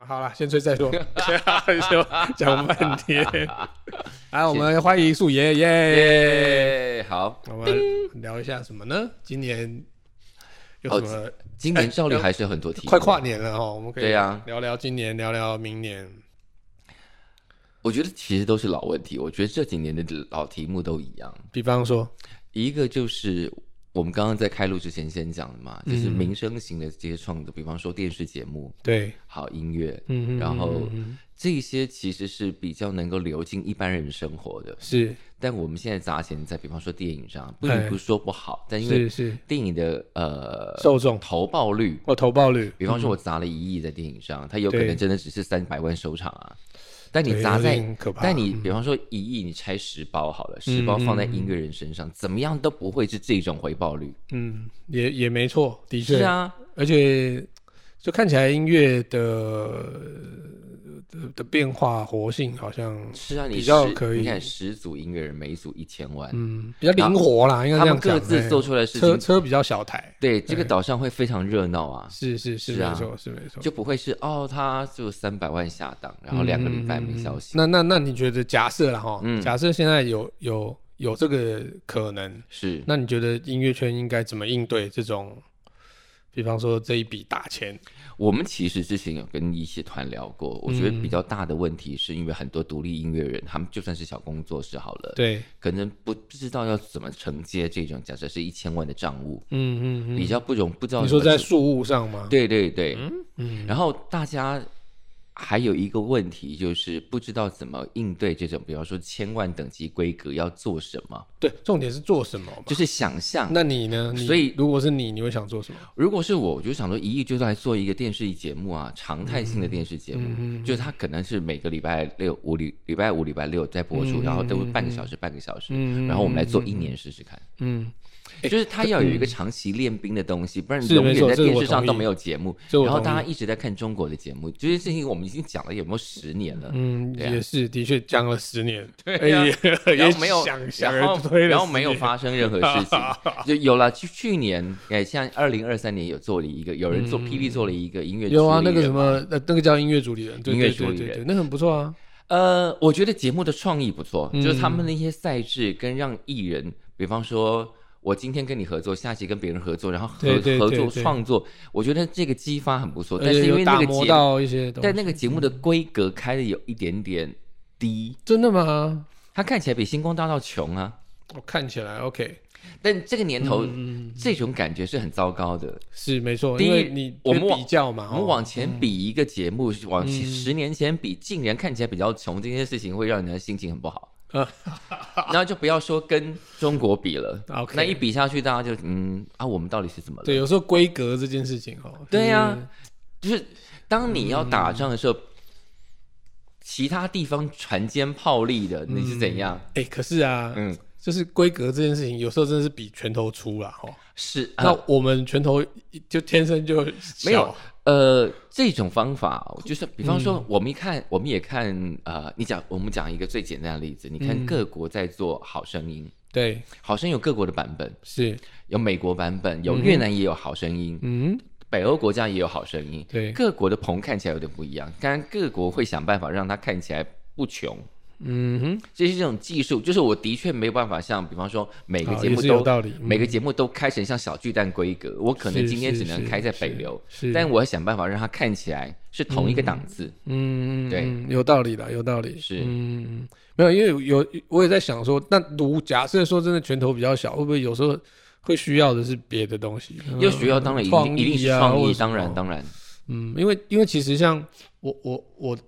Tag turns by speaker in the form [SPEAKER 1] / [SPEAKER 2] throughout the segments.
[SPEAKER 1] 好了，先吹再说， 讲半 天。来，我们欢迎素爷耶！
[SPEAKER 2] 耶，好，
[SPEAKER 1] 我们聊一下什么呢？今年有什么？
[SPEAKER 2] 今年照例还是有很多题目。
[SPEAKER 1] 哎快跨年了哦，我们可以
[SPEAKER 2] 对啊呀
[SPEAKER 1] 聊聊今年，聊聊明年。
[SPEAKER 2] 我觉得其实都是老问题，我觉得这几年的老题目都一样。
[SPEAKER 1] 比方说，
[SPEAKER 2] 一个就是我们刚刚在开录之前先讲的嘛，
[SPEAKER 1] 嗯
[SPEAKER 2] 就是民生型的这些创作，比方说电视节目、
[SPEAKER 1] 对，
[SPEAKER 2] 好音乐，
[SPEAKER 1] 嗯
[SPEAKER 2] 然后这些其实是比较能够流进一般人生活的。
[SPEAKER 1] 是
[SPEAKER 2] 但我们现在砸钱在比方说电影上，不
[SPEAKER 1] 哎
[SPEAKER 2] 不是说不好，但因
[SPEAKER 1] 是
[SPEAKER 2] 为
[SPEAKER 1] 是，
[SPEAKER 2] 电影的呃
[SPEAKER 1] 受众
[SPEAKER 2] 投报率，
[SPEAKER 1] 我投报率，
[SPEAKER 2] 比方说我砸了一亿在电影上，它有可
[SPEAKER 1] 嗯对
[SPEAKER 2] 能真的只是三百万收场啊。但你
[SPEAKER 1] 对
[SPEAKER 2] 砸
[SPEAKER 1] 有
[SPEAKER 2] 在
[SPEAKER 1] 点可怕，嗯
[SPEAKER 2] 但你比方说一亿，你拆十包好了，十包放在音乐人身上，怎么样都不会是这种回报率。
[SPEAKER 1] 嗯，也也没错，的确
[SPEAKER 2] 是啊，
[SPEAKER 1] 而且就看起来音乐的的的变化活性好像，
[SPEAKER 2] 是啊，你
[SPEAKER 1] 比较
[SPEAKER 2] 十
[SPEAKER 1] 可以
[SPEAKER 2] 你看十组音乐人，每一组一千万，
[SPEAKER 1] 嗯，比较灵活啦，应该
[SPEAKER 2] 他
[SPEAKER 1] 这
[SPEAKER 2] 们
[SPEAKER 1] 样
[SPEAKER 2] 各
[SPEAKER 1] 讲。
[SPEAKER 2] 自
[SPEAKER 1] 哎
[SPEAKER 2] 做出来的事
[SPEAKER 1] 车
[SPEAKER 2] 情，
[SPEAKER 1] 车比较小台，
[SPEAKER 2] 对这个岛上会非常热闹啊，
[SPEAKER 1] 是是是，
[SPEAKER 2] 是啊
[SPEAKER 1] 没错是没错。
[SPEAKER 2] 就不会是哦，他就三百万下档，然后两个礼拜没消息。
[SPEAKER 1] 那那那你觉得假设了哈，
[SPEAKER 2] 嗯
[SPEAKER 1] 假设现在有有有这个可能，
[SPEAKER 2] 是，
[SPEAKER 1] 那你觉得音乐圈应该怎么应对这种？比方说这一笔大钱，
[SPEAKER 2] 我们其实之前有跟一些团聊过，我觉
[SPEAKER 1] 嗯
[SPEAKER 2] 得比较大的问题是因为很多独立音乐人，他们就算是小工作室好了，
[SPEAKER 1] 对，
[SPEAKER 2] 可能不知道要怎么承接这种假设是一千万的账务，
[SPEAKER 1] 嗯嗯
[SPEAKER 2] 比较不容不知道
[SPEAKER 1] 嗯，你
[SPEAKER 2] 怎么
[SPEAKER 1] 说在
[SPEAKER 2] 处
[SPEAKER 1] 树务上吗？
[SPEAKER 2] 对对对，
[SPEAKER 1] 嗯
[SPEAKER 2] 然后大家还有一个问题就是不知道怎么应对这种，比方说千万等级规格要做什么，
[SPEAKER 1] 对，重点是做什么嘛？
[SPEAKER 2] 就是想象。
[SPEAKER 1] 那你呢？你
[SPEAKER 2] 所以
[SPEAKER 1] 如果是你，你会想做什么？
[SPEAKER 2] 如果是我，我就想说一亿就来做一个电视节目啊，常态性的电视节
[SPEAKER 1] 嗯
[SPEAKER 2] 目，就是它可能是每个礼拜六五礼礼拜五礼拜六在播出，然后都半个小时半个小时，然后我们来做一年试试看。
[SPEAKER 1] 嗯，
[SPEAKER 2] 就是它要有一个长期练兵的东西，不然
[SPEAKER 1] 是
[SPEAKER 2] 永
[SPEAKER 1] 没
[SPEAKER 2] 远
[SPEAKER 1] 错
[SPEAKER 2] 在
[SPEAKER 1] 这个
[SPEAKER 2] 电
[SPEAKER 1] 我
[SPEAKER 2] 视上
[SPEAKER 1] 同
[SPEAKER 2] 都
[SPEAKER 1] 意
[SPEAKER 2] 没有节目。
[SPEAKER 1] 这我
[SPEAKER 2] 然后
[SPEAKER 1] 同
[SPEAKER 2] 大家一直在看中国的节目，这件事情我们已经讲了有没有十年了？
[SPEAKER 1] 嗯，
[SPEAKER 2] 对啊
[SPEAKER 1] 也是，的确讲了十 年，对
[SPEAKER 2] 啊
[SPEAKER 1] 也
[SPEAKER 2] 然后没有，
[SPEAKER 1] 想想
[SPEAKER 2] 然
[SPEAKER 1] 而
[SPEAKER 2] 后
[SPEAKER 1] 推了
[SPEAKER 2] 然后没
[SPEAKER 1] 十
[SPEAKER 2] 有
[SPEAKER 1] 年
[SPEAKER 2] 发生任何事 情，就有了。去去年，哎，像二零二三年有做了一个，有人做霹雳做了一个音乐，
[SPEAKER 1] 嗯有啊，那个什，么，呃，那个叫音乐主理人，对
[SPEAKER 2] 音乐
[SPEAKER 1] 对对
[SPEAKER 2] 主理
[SPEAKER 1] 对
[SPEAKER 2] 人
[SPEAKER 1] 对那很不错啊。
[SPEAKER 2] 呃，我觉得节目的创意不错，
[SPEAKER 1] 嗯
[SPEAKER 2] 就是他们那些赛制跟让艺人，比方说。我今天跟你合作，下期跟别人合作，然后合
[SPEAKER 1] 对对
[SPEAKER 2] 合
[SPEAKER 1] 对
[SPEAKER 2] 作
[SPEAKER 1] 对
[SPEAKER 2] 创作，我觉得这个激发很不错。
[SPEAKER 1] 而
[SPEAKER 2] 但是
[SPEAKER 1] 且
[SPEAKER 2] 因
[SPEAKER 1] 有
[SPEAKER 2] 为那
[SPEAKER 1] 打
[SPEAKER 2] 个
[SPEAKER 1] 磨
[SPEAKER 2] 节目，
[SPEAKER 1] 到一些东
[SPEAKER 2] 但
[SPEAKER 1] 西，
[SPEAKER 2] 那个节目的规格开的有一点点低，
[SPEAKER 1] 真的吗？
[SPEAKER 2] 它看起来比星光大道穷啊。
[SPEAKER 1] 我看起来 OK，
[SPEAKER 2] 但这个年头，
[SPEAKER 1] 嗯
[SPEAKER 2] 这种感觉是很糟糕的。
[SPEAKER 1] 是没错，
[SPEAKER 2] 第一
[SPEAKER 1] 因为你
[SPEAKER 2] 我们
[SPEAKER 1] 会
[SPEAKER 2] 往
[SPEAKER 1] 比较嘛，
[SPEAKER 2] 我们
[SPEAKER 1] 哦
[SPEAKER 2] 往前比一个节目，往
[SPEAKER 1] 嗯
[SPEAKER 2] 前十年前比，竟然看起来比较穷，这件事情会让人的心情很不好。
[SPEAKER 1] 呃
[SPEAKER 2] 然后就不要说跟中国比了
[SPEAKER 1] 啊 OK
[SPEAKER 2] 那一比下去，大家就嗯啊，我们到底是怎么了？
[SPEAKER 1] 对，有时候规格这件事情哦，
[SPEAKER 2] 对啊呀、
[SPEAKER 1] 就是
[SPEAKER 2] 就是当你要
[SPEAKER 1] 嗯
[SPEAKER 2] 打仗的时候，其他地方船坚炮利的，你是怎样？
[SPEAKER 1] 哎，可是啊，
[SPEAKER 2] 嗯，
[SPEAKER 1] 就是规格这件事情，有时候真的是比拳头粗啦，哦。
[SPEAKER 2] 是啊
[SPEAKER 1] 那我们拳头就天生就
[SPEAKER 2] 没
[SPEAKER 1] 小
[SPEAKER 2] 有，呃，这种方法就是，比方
[SPEAKER 1] 嗯
[SPEAKER 2] 说，我们一看，我们也看，呃，你讲，我们讲一个最简单的例子，你
[SPEAKER 1] 嗯
[SPEAKER 2] 看各国在做《好声音》
[SPEAKER 1] 对，
[SPEAKER 2] 好声音有各国的版本，
[SPEAKER 1] 是，
[SPEAKER 2] 有美国版本，有越南也有《好声音》
[SPEAKER 1] 嗯，
[SPEAKER 2] 北欧国家也有《好声音》，
[SPEAKER 1] 对，
[SPEAKER 2] 各国的棚看起来有点不一样，当然各国会想办法让它看起来不穷。
[SPEAKER 1] 嗯
[SPEAKER 2] 这是这种技术，就是我的确没办法像，比方说每个
[SPEAKER 1] 好
[SPEAKER 2] 节
[SPEAKER 1] 也
[SPEAKER 2] 目
[SPEAKER 1] 是有
[SPEAKER 2] 都
[SPEAKER 1] 道理嗯
[SPEAKER 2] 每个节目都开成像小巨蛋规格，我可能
[SPEAKER 1] 是
[SPEAKER 2] 今天
[SPEAKER 1] 是
[SPEAKER 2] 只能
[SPEAKER 1] 是
[SPEAKER 2] 开在北
[SPEAKER 1] 是
[SPEAKER 2] 流，
[SPEAKER 1] 是
[SPEAKER 2] 但我要想办法让它看起来是同一个档次。
[SPEAKER 1] 哼，嗯，
[SPEAKER 2] 对
[SPEAKER 1] 嗯，有道理的，有道理，
[SPEAKER 2] 是
[SPEAKER 1] 嗯，没有，因为有有我也在想说，那如假设说真的拳头比较小，会不会有时候会需要的是别的东西？
[SPEAKER 2] 又学校当然一定、
[SPEAKER 1] 嗯创
[SPEAKER 2] 一定是
[SPEAKER 1] 意啊
[SPEAKER 2] 创
[SPEAKER 1] 或者
[SPEAKER 2] 意，
[SPEAKER 1] 什么
[SPEAKER 2] 当然当然，
[SPEAKER 1] 嗯，因为因为其实像我我我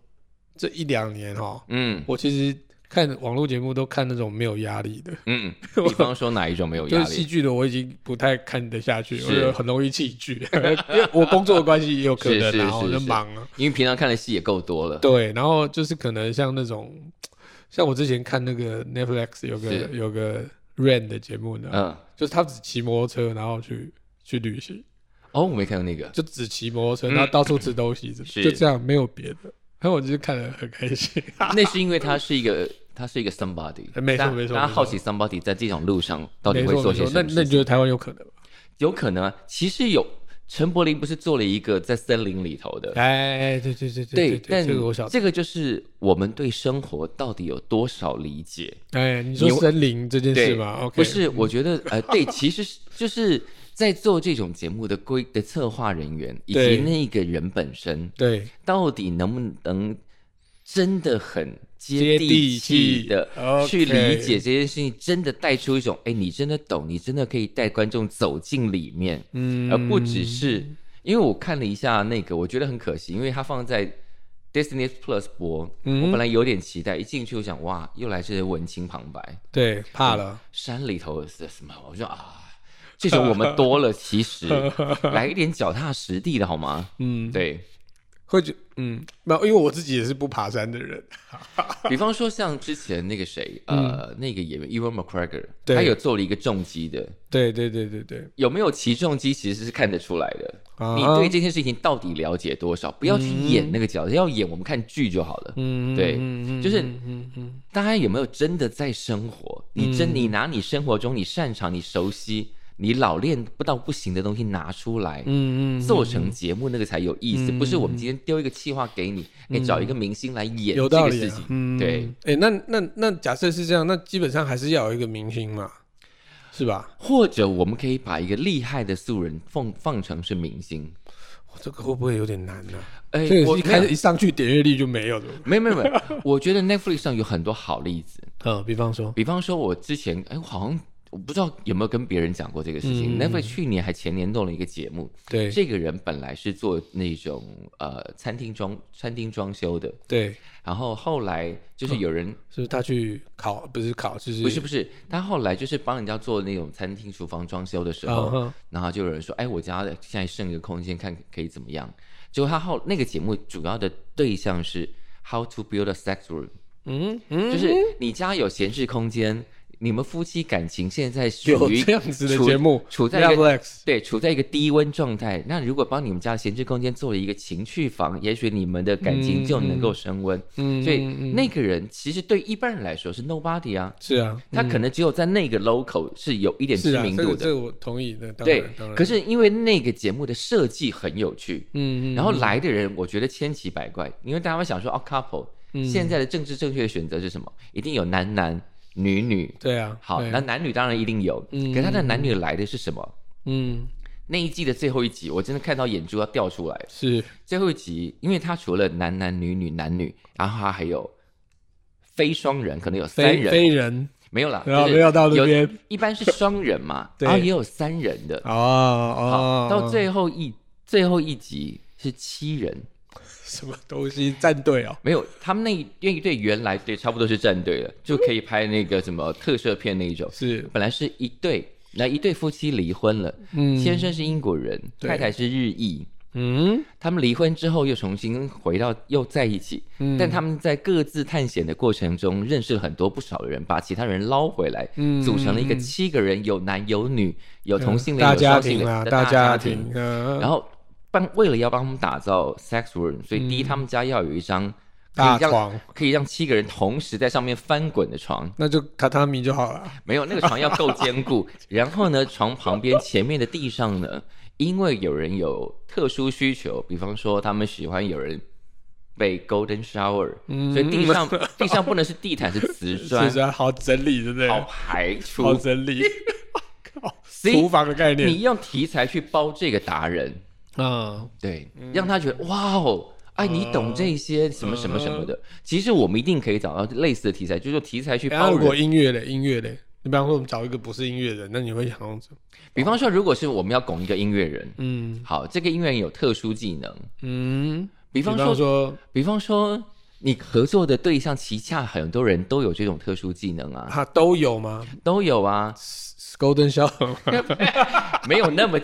[SPEAKER 1] 这一两年哈，
[SPEAKER 2] 嗯
[SPEAKER 1] 我其实看网络节目都看那种没有压力的，
[SPEAKER 2] 嗯。比方说哪一种没有
[SPEAKER 1] 就
[SPEAKER 2] 压
[SPEAKER 1] 是戏
[SPEAKER 2] 力？
[SPEAKER 1] 剧的， 我已经不太看得下去，
[SPEAKER 2] 是
[SPEAKER 1] 我就很容易弃剧， 因为我工作的关系也有可能
[SPEAKER 2] 是是
[SPEAKER 1] 然后
[SPEAKER 2] 是
[SPEAKER 1] 就是忙啊了。
[SPEAKER 2] 因为平常看的戏也够多了，
[SPEAKER 1] 对，然后就是可能像那种，像我之前看那个 Netflix 有个
[SPEAKER 2] 是
[SPEAKER 1] 有个 Rain 的节目呢，
[SPEAKER 2] 嗯，
[SPEAKER 1] 就是他只骑摩托车，然后去去旅行，
[SPEAKER 2] 哦，我没看过那 个，
[SPEAKER 1] 就只骑摩托车，然后到处吃东西，
[SPEAKER 2] 嗯是
[SPEAKER 1] 就这样，没有别的。然后我就是看得很开心，
[SPEAKER 2] 那是因为他是一个，他是一个 somebody，
[SPEAKER 1] 没错
[SPEAKER 2] 大家
[SPEAKER 1] 没错
[SPEAKER 2] 大家
[SPEAKER 1] 没错
[SPEAKER 2] 好奇 somebody 在这种路上到底
[SPEAKER 1] 没
[SPEAKER 2] 会
[SPEAKER 1] 错
[SPEAKER 2] 做
[SPEAKER 1] 没
[SPEAKER 2] 些
[SPEAKER 1] 错。
[SPEAKER 2] 什
[SPEAKER 1] 那
[SPEAKER 2] 么
[SPEAKER 1] 那
[SPEAKER 2] 事
[SPEAKER 1] 你
[SPEAKER 2] 情？
[SPEAKER 1] 觉得台湾有可能吗？
[SPEAKER 2] 有可能啊，其实有陈柏霖不是做了一个在森林里头的，
[SPEAKER 1] 哎，对对对
[SPEAKER 2] 对，
[SPEAKER 1] 对，
[SPEAKER 2] 但
[SPEAKER 1] 这个我晓得。
[SPEAKER 2] 这个就是我们对生活到底有多少理解？
[SPEAKER 1] 哎，你说森林这件事
[SPEAKER 2] 对
[SPEAKER 1] 吗？OK，嗯
[SPEAKER 2] 不是，我觉得呃，对，其实是就是在做这种节目的规的策划人员以及
[SPEAKER 1] 对
[SPEAKER 2] 那个人本身，
[SPEAKER 1] 对，
[SPEAKER 2] 到底能不能真的很
[SPEAKER 1] 接
[SPEAKER 2] 接
[SPEAKER 1] 地
[SPEAKER 2] 地
[SPEAKER 1] 气
[SPEAKER 2] 气的
[SPEAKER 1] OK
[SPEAKER 2] 去理解这件事情，真的带出一种哎，你真的懂，你真的可以带观众走进里面，
[SPEAKER 1] 嗯
[SPEAKER 2] 而呃不只是因为我看了一下那个，我觉得很可惜，因为它放在。Disney Plus 播，
[SPEAKER 1] 嗯
[SPEAKER 2] 我本来有点期待，一进去我想，哇，又来这些文青旁白，
[SPEAKER 1] 对，怕了，
[SPEAKER 2] 山里头是什么？我说啊，这种我们多了，其 实来一点脚踏实地的好吗？
[SPEAKER 1] 嗯，
[SPEAKER 2] 对
[SPEAKER 1] 会觉，嗯，没有，因为我自己也是不爬山的人，
[SPEAKER 2] 比方说，像之前那个谁，呃，那个演员 Ewan McGregor，
[SPEAKER 1] 嗯对
[SPEAKER 2] 他有做了一个重击的，
[SPEAKER 1] 对对对对对，
[SPEAKER 2] 有没有骑重机其实是看得出来的。
[SPEAKER 1] 啊
[SPEAKER 2] 你对这件事情到底了解多少？不要去演那个角色，要演我们看剧就好了。
[SPEAKER 1] 嗯，
[SPEAKER 2] 对
[SPEAKER 1] 嗯
[SPEAKER 2] 就是
[SPEAKER 1] 嗯嗯嗯，
[SPEAKER 2] 大家有没有真的在生活？你真你拿你生活中你擅长、你熟悉、你老练不到不行的东西拿出来，
[SPEAKER 1] 嗯嗯，
[SPEAKER 2] 做成节目那个才有意思，不是我们今天丢一个气话给你，你、找一个明星来演
[SPEAKER 1] 嗯有
[SPEAKER 2] 这
[SPEAKER 1] 道
[SPEAKER 2] 个
[SPEAKER 1] 理
[SPEAKER 2] 事
[SPEAKER 1] 啊
[SPEAKER 2] 情，，
[SPEAKER 1] 嗯，
[SPEAKER 2] 对，
[SPEAKER 1] 哎，那那那假设是这样，那基本上还是要有一个明星嘛，是吧？
[SPEAKER 2] 或者我们可以把一个厉害的素人放放成是明星。哦
[SPEAKER 1] 哇这个会不会有点难呢？
[SPEAKER 2] 哎、
[SPEAKER 1] 这
[SPEAKER 2] 我
[SPEAKER 1] 个一开始
[SPEAKER 2] 没
[SPEAKER 1] 一上去点阅率就没有了，
[SPEAKER 2] 有没有没有，我觉得 Netflix 上有很多好例子，
[SPEAKER 1] 嗯，比方说，
[SPEAKER 2] 比方说我之前哎、我好像我不知道有没有跟别人讲过这个事情、
[SPEAKER 1] 嗯
[SPEAKER 2] n e t f l i x 去年还前年弄了一个节目，
[SPEAKER 1] 对
[SPEAKER 2] 这个人本来是做那种呃餐厅装餐厅装修的，
[SPEAKER 1] 对，
[SPEAKER 2] 然后后来
[SPEAKER 1] 哦
[SPEAKER 2] 就是有人。
[SPEAKER 1] 是他去考，不是考，就是
[SPEAKER 2] 不是不是，他后来就是帮人家做那种餐厅厨房装修的时
[SPEAKER 1] 啊
[SPEAKER 2] 候，
[SPEAKER 1] 哈，
[SPEAKER 2] 然后就有人说，哎，我家的现在剩一个空间，看可以怎么样。结果他后那个节目主要的对象是 How to build a sex room，、
[SPEAKER 1] 嗯嗯，
[SPEAKER 2] 就是你家有闲置空间，你们夫妻感情现在
[SPEAKER 1] 有
[SPEAKER 2] 处于
[SPEAKER 1] 这样子的
[SPEAKER 2] 处
[SPEAKER 1] 节目，
[SPEAKER 2] 处在一个
[SPEAKER 1] Netflix，
[SPEAKER 2] 对处在一个低温状态。那如果帮你们家的闲置空间做了一个情趣房，也许你们的感情就能够升温。
[SPEAKER 1] 嗯，
[SPEAKER 2] 所以
[SPEAKER 1] 嗯嗯
[SPEAKER 2] 那个人其实对一般人来说是 nobody 啊，
[SPEAKER 1] 是啊，
[SPEAKER 2] 他可能只有在那个 local 是有一点
[SPEAKER 1] 是
[SPEAKER 2] 知
[SPEAKER 1] 啊，
[SPEAKER 2] 名
[SPEAKER 1] 这
[SPEAKER 2] 度
[SPEAKER 1] 个
[SPEAKER 2] 的，
[SPEAKER 1] 这个我同意的，当
[SPEAKER 2] 对
[SPEAKER 1] 然当。然，
[SPEAKER 2] 可是因为那个节目的设计很有趣，
[SPEAKER 1] 嗯嗯，
[SPEAKER 2] 然后来的人我觉得千奇百怪，因为大家会想说哦，couple、现
[SPEAKER 1] 嗯
[SPEAKER 2] 在的政治正确的选择是什么？一定有男男女女，
[SPEAKER 1] 对啊，
[SPEAKER 2] 好，
[SPEAKER 1] 对
[SPEAKER 2] 那男女当然一定有，
[SPEAKER 1] 嗯
[SPEAKER 2] 可他的男女来的是什么？
[SPEAKER 1] 嗯
[SPEAKER 2] 那一季的最后一集，我真的看到眼珠要掉出来。
[SPEAKER 1] 是
[SPEAKER 2] 最后一集，因为他除了男男女女男女，然后他还有非双人，可能有三
[SPEAKER 1] 非
[SPEAKER 2] 人，
[SPEAKER 1] 非人
[SPEAKER 2] 没有啦，
[SPEAKER 1] 然后
[SPEAKER 2] 就是
[SPEAKER 1] 啊没有到那
[SPEAKER 2] 有
[SPEAKER 1] 边，
[SPEAKER 2] 一般是双人嘛，
[SPEAKER 1] 对
[SPEAKER 2] 然后也有三人的。
[SPEAKER 1] 哦哦
[SPEAKER 2] 好，，到最后一最后一集是七人，
[SPEAKER 1] 什么东西战队哦，
[SPEAKER 2] 没有他们那一那一队原来对差不多是战队了，就可以拍那个什么特摄片那一种。
[SPEAKER 1] 是
[SPEAKER 2] 本来是一对，那一对夫妻离婚了，
[SPEAKER 1] 嗯
[SPEAKER 2] 先生是英国人，
[SPEAKER 1] 对
[SPEAKER 2] 太太是日裔。
[SPEAKER 1] 嗯
[SPEAKER 2] 他们离婚之后又重新回到又在一起，
[SPEAKER 1] 嗯
[SPEAKER 2] 但他们在各自探险的过程中认识了很多不少的人，把其他人捞回来，
[SPEAKER 1] 嗯
[SPEAKER 2] 组成了一个七个人，有男有女，有同性恋，
[SPEAKER 1] 大
[SPEAKER 2] 有
[SPEAKER 1] 家
[SPEAKER 2] 双性
[SPEAKER 1] 庭
[SPEAKER 2] 恋
[SPEAKER 1] 啊，
[SPEAKER 2] 的
[SPEAKER 1] 大
[SPEAKER 2] 家
[SPEAKER 1] 家庭，嗯
[SPEAKER 2] 然
[SPEAKER 1] 然
[SPEAKER 2] 后帮为了要帮他们打造 sex room，所以第一他们家要有一张可
[SPEAKER 1] 嗯大
[SPEAKER 2] 以让
[SPEAKER 1] 床，
[SPEAKER 2] 可以让七个人同时在上面翻滚的床，
[SPEAKER 1] 那就榻榻米就好了，
[SPEAKER 2] 没有那个床要够坚 固。然后呢，床旁边前面的地上呢，因为有人有特殊需求，比方说他们喜欢有人被 golden shower，、
[SPEAKER 1] 嗯
[SPEAKER 2] 所以地上 地上不能是地毯，是瓷
[SPEAKER 1] 是
[SPEAKER 2] 砖
[SPEAKER 1] 不，是啊好整理，对不对？
[SPEAKER 2] 好排
[SPEAKER 1] 好
[SPEAKER 2] 除。
[SPEAKER 1] 整理，靠，
[SPEAKER 2] 所以
[SPEAKER 1] 厨房的概念，
[SPEAKER 2] 你用题材去包这个达人，
[SPEAKER 1] 嗯，
[SPEAKER 2] 对，让他觉得哇哦。哎，你懂这些什么什么什么
[SPEAKER 1] 哦
[SPEAKER 2] 的？其实我们一定可以找到类似的题材，就是说题材去
[SPEAKER 1] 然后哎
[SPEAKER 2] 包
[SPEAKER 1] 如
[SPEAKER 2] 容
[SPEAKER 1] 果。音乐嘞，音乐嘞，你比方说我们找一个不是音乐人，那你会想用什么？
[SPEAKER 2] 比方说，如果是我们要拱一个音乐人，
[SPEAKER 1] 嗯
[SPEAKER 2] 好，这个音乐人有特殊技能，
[SPEAKER 1] 嗯，
[SPEAKER 2] 比
[SPEAKER 1] 比
[SPEAKER 2] 方
[SPEAKER 1] 方
[SPEAKER 2] 说，
[SPEAKER 1] 说
[SPEAKER 2] 比方说，你合作的对象旗下很多人都有这种特殊技能啊，
[SPEAKER 1] 啊，都有吗
[SPEAKER 2] 都 有啊，
[SPEAKER 1] ？Golden Shower 吗
[SPEAKER 2] 没有那么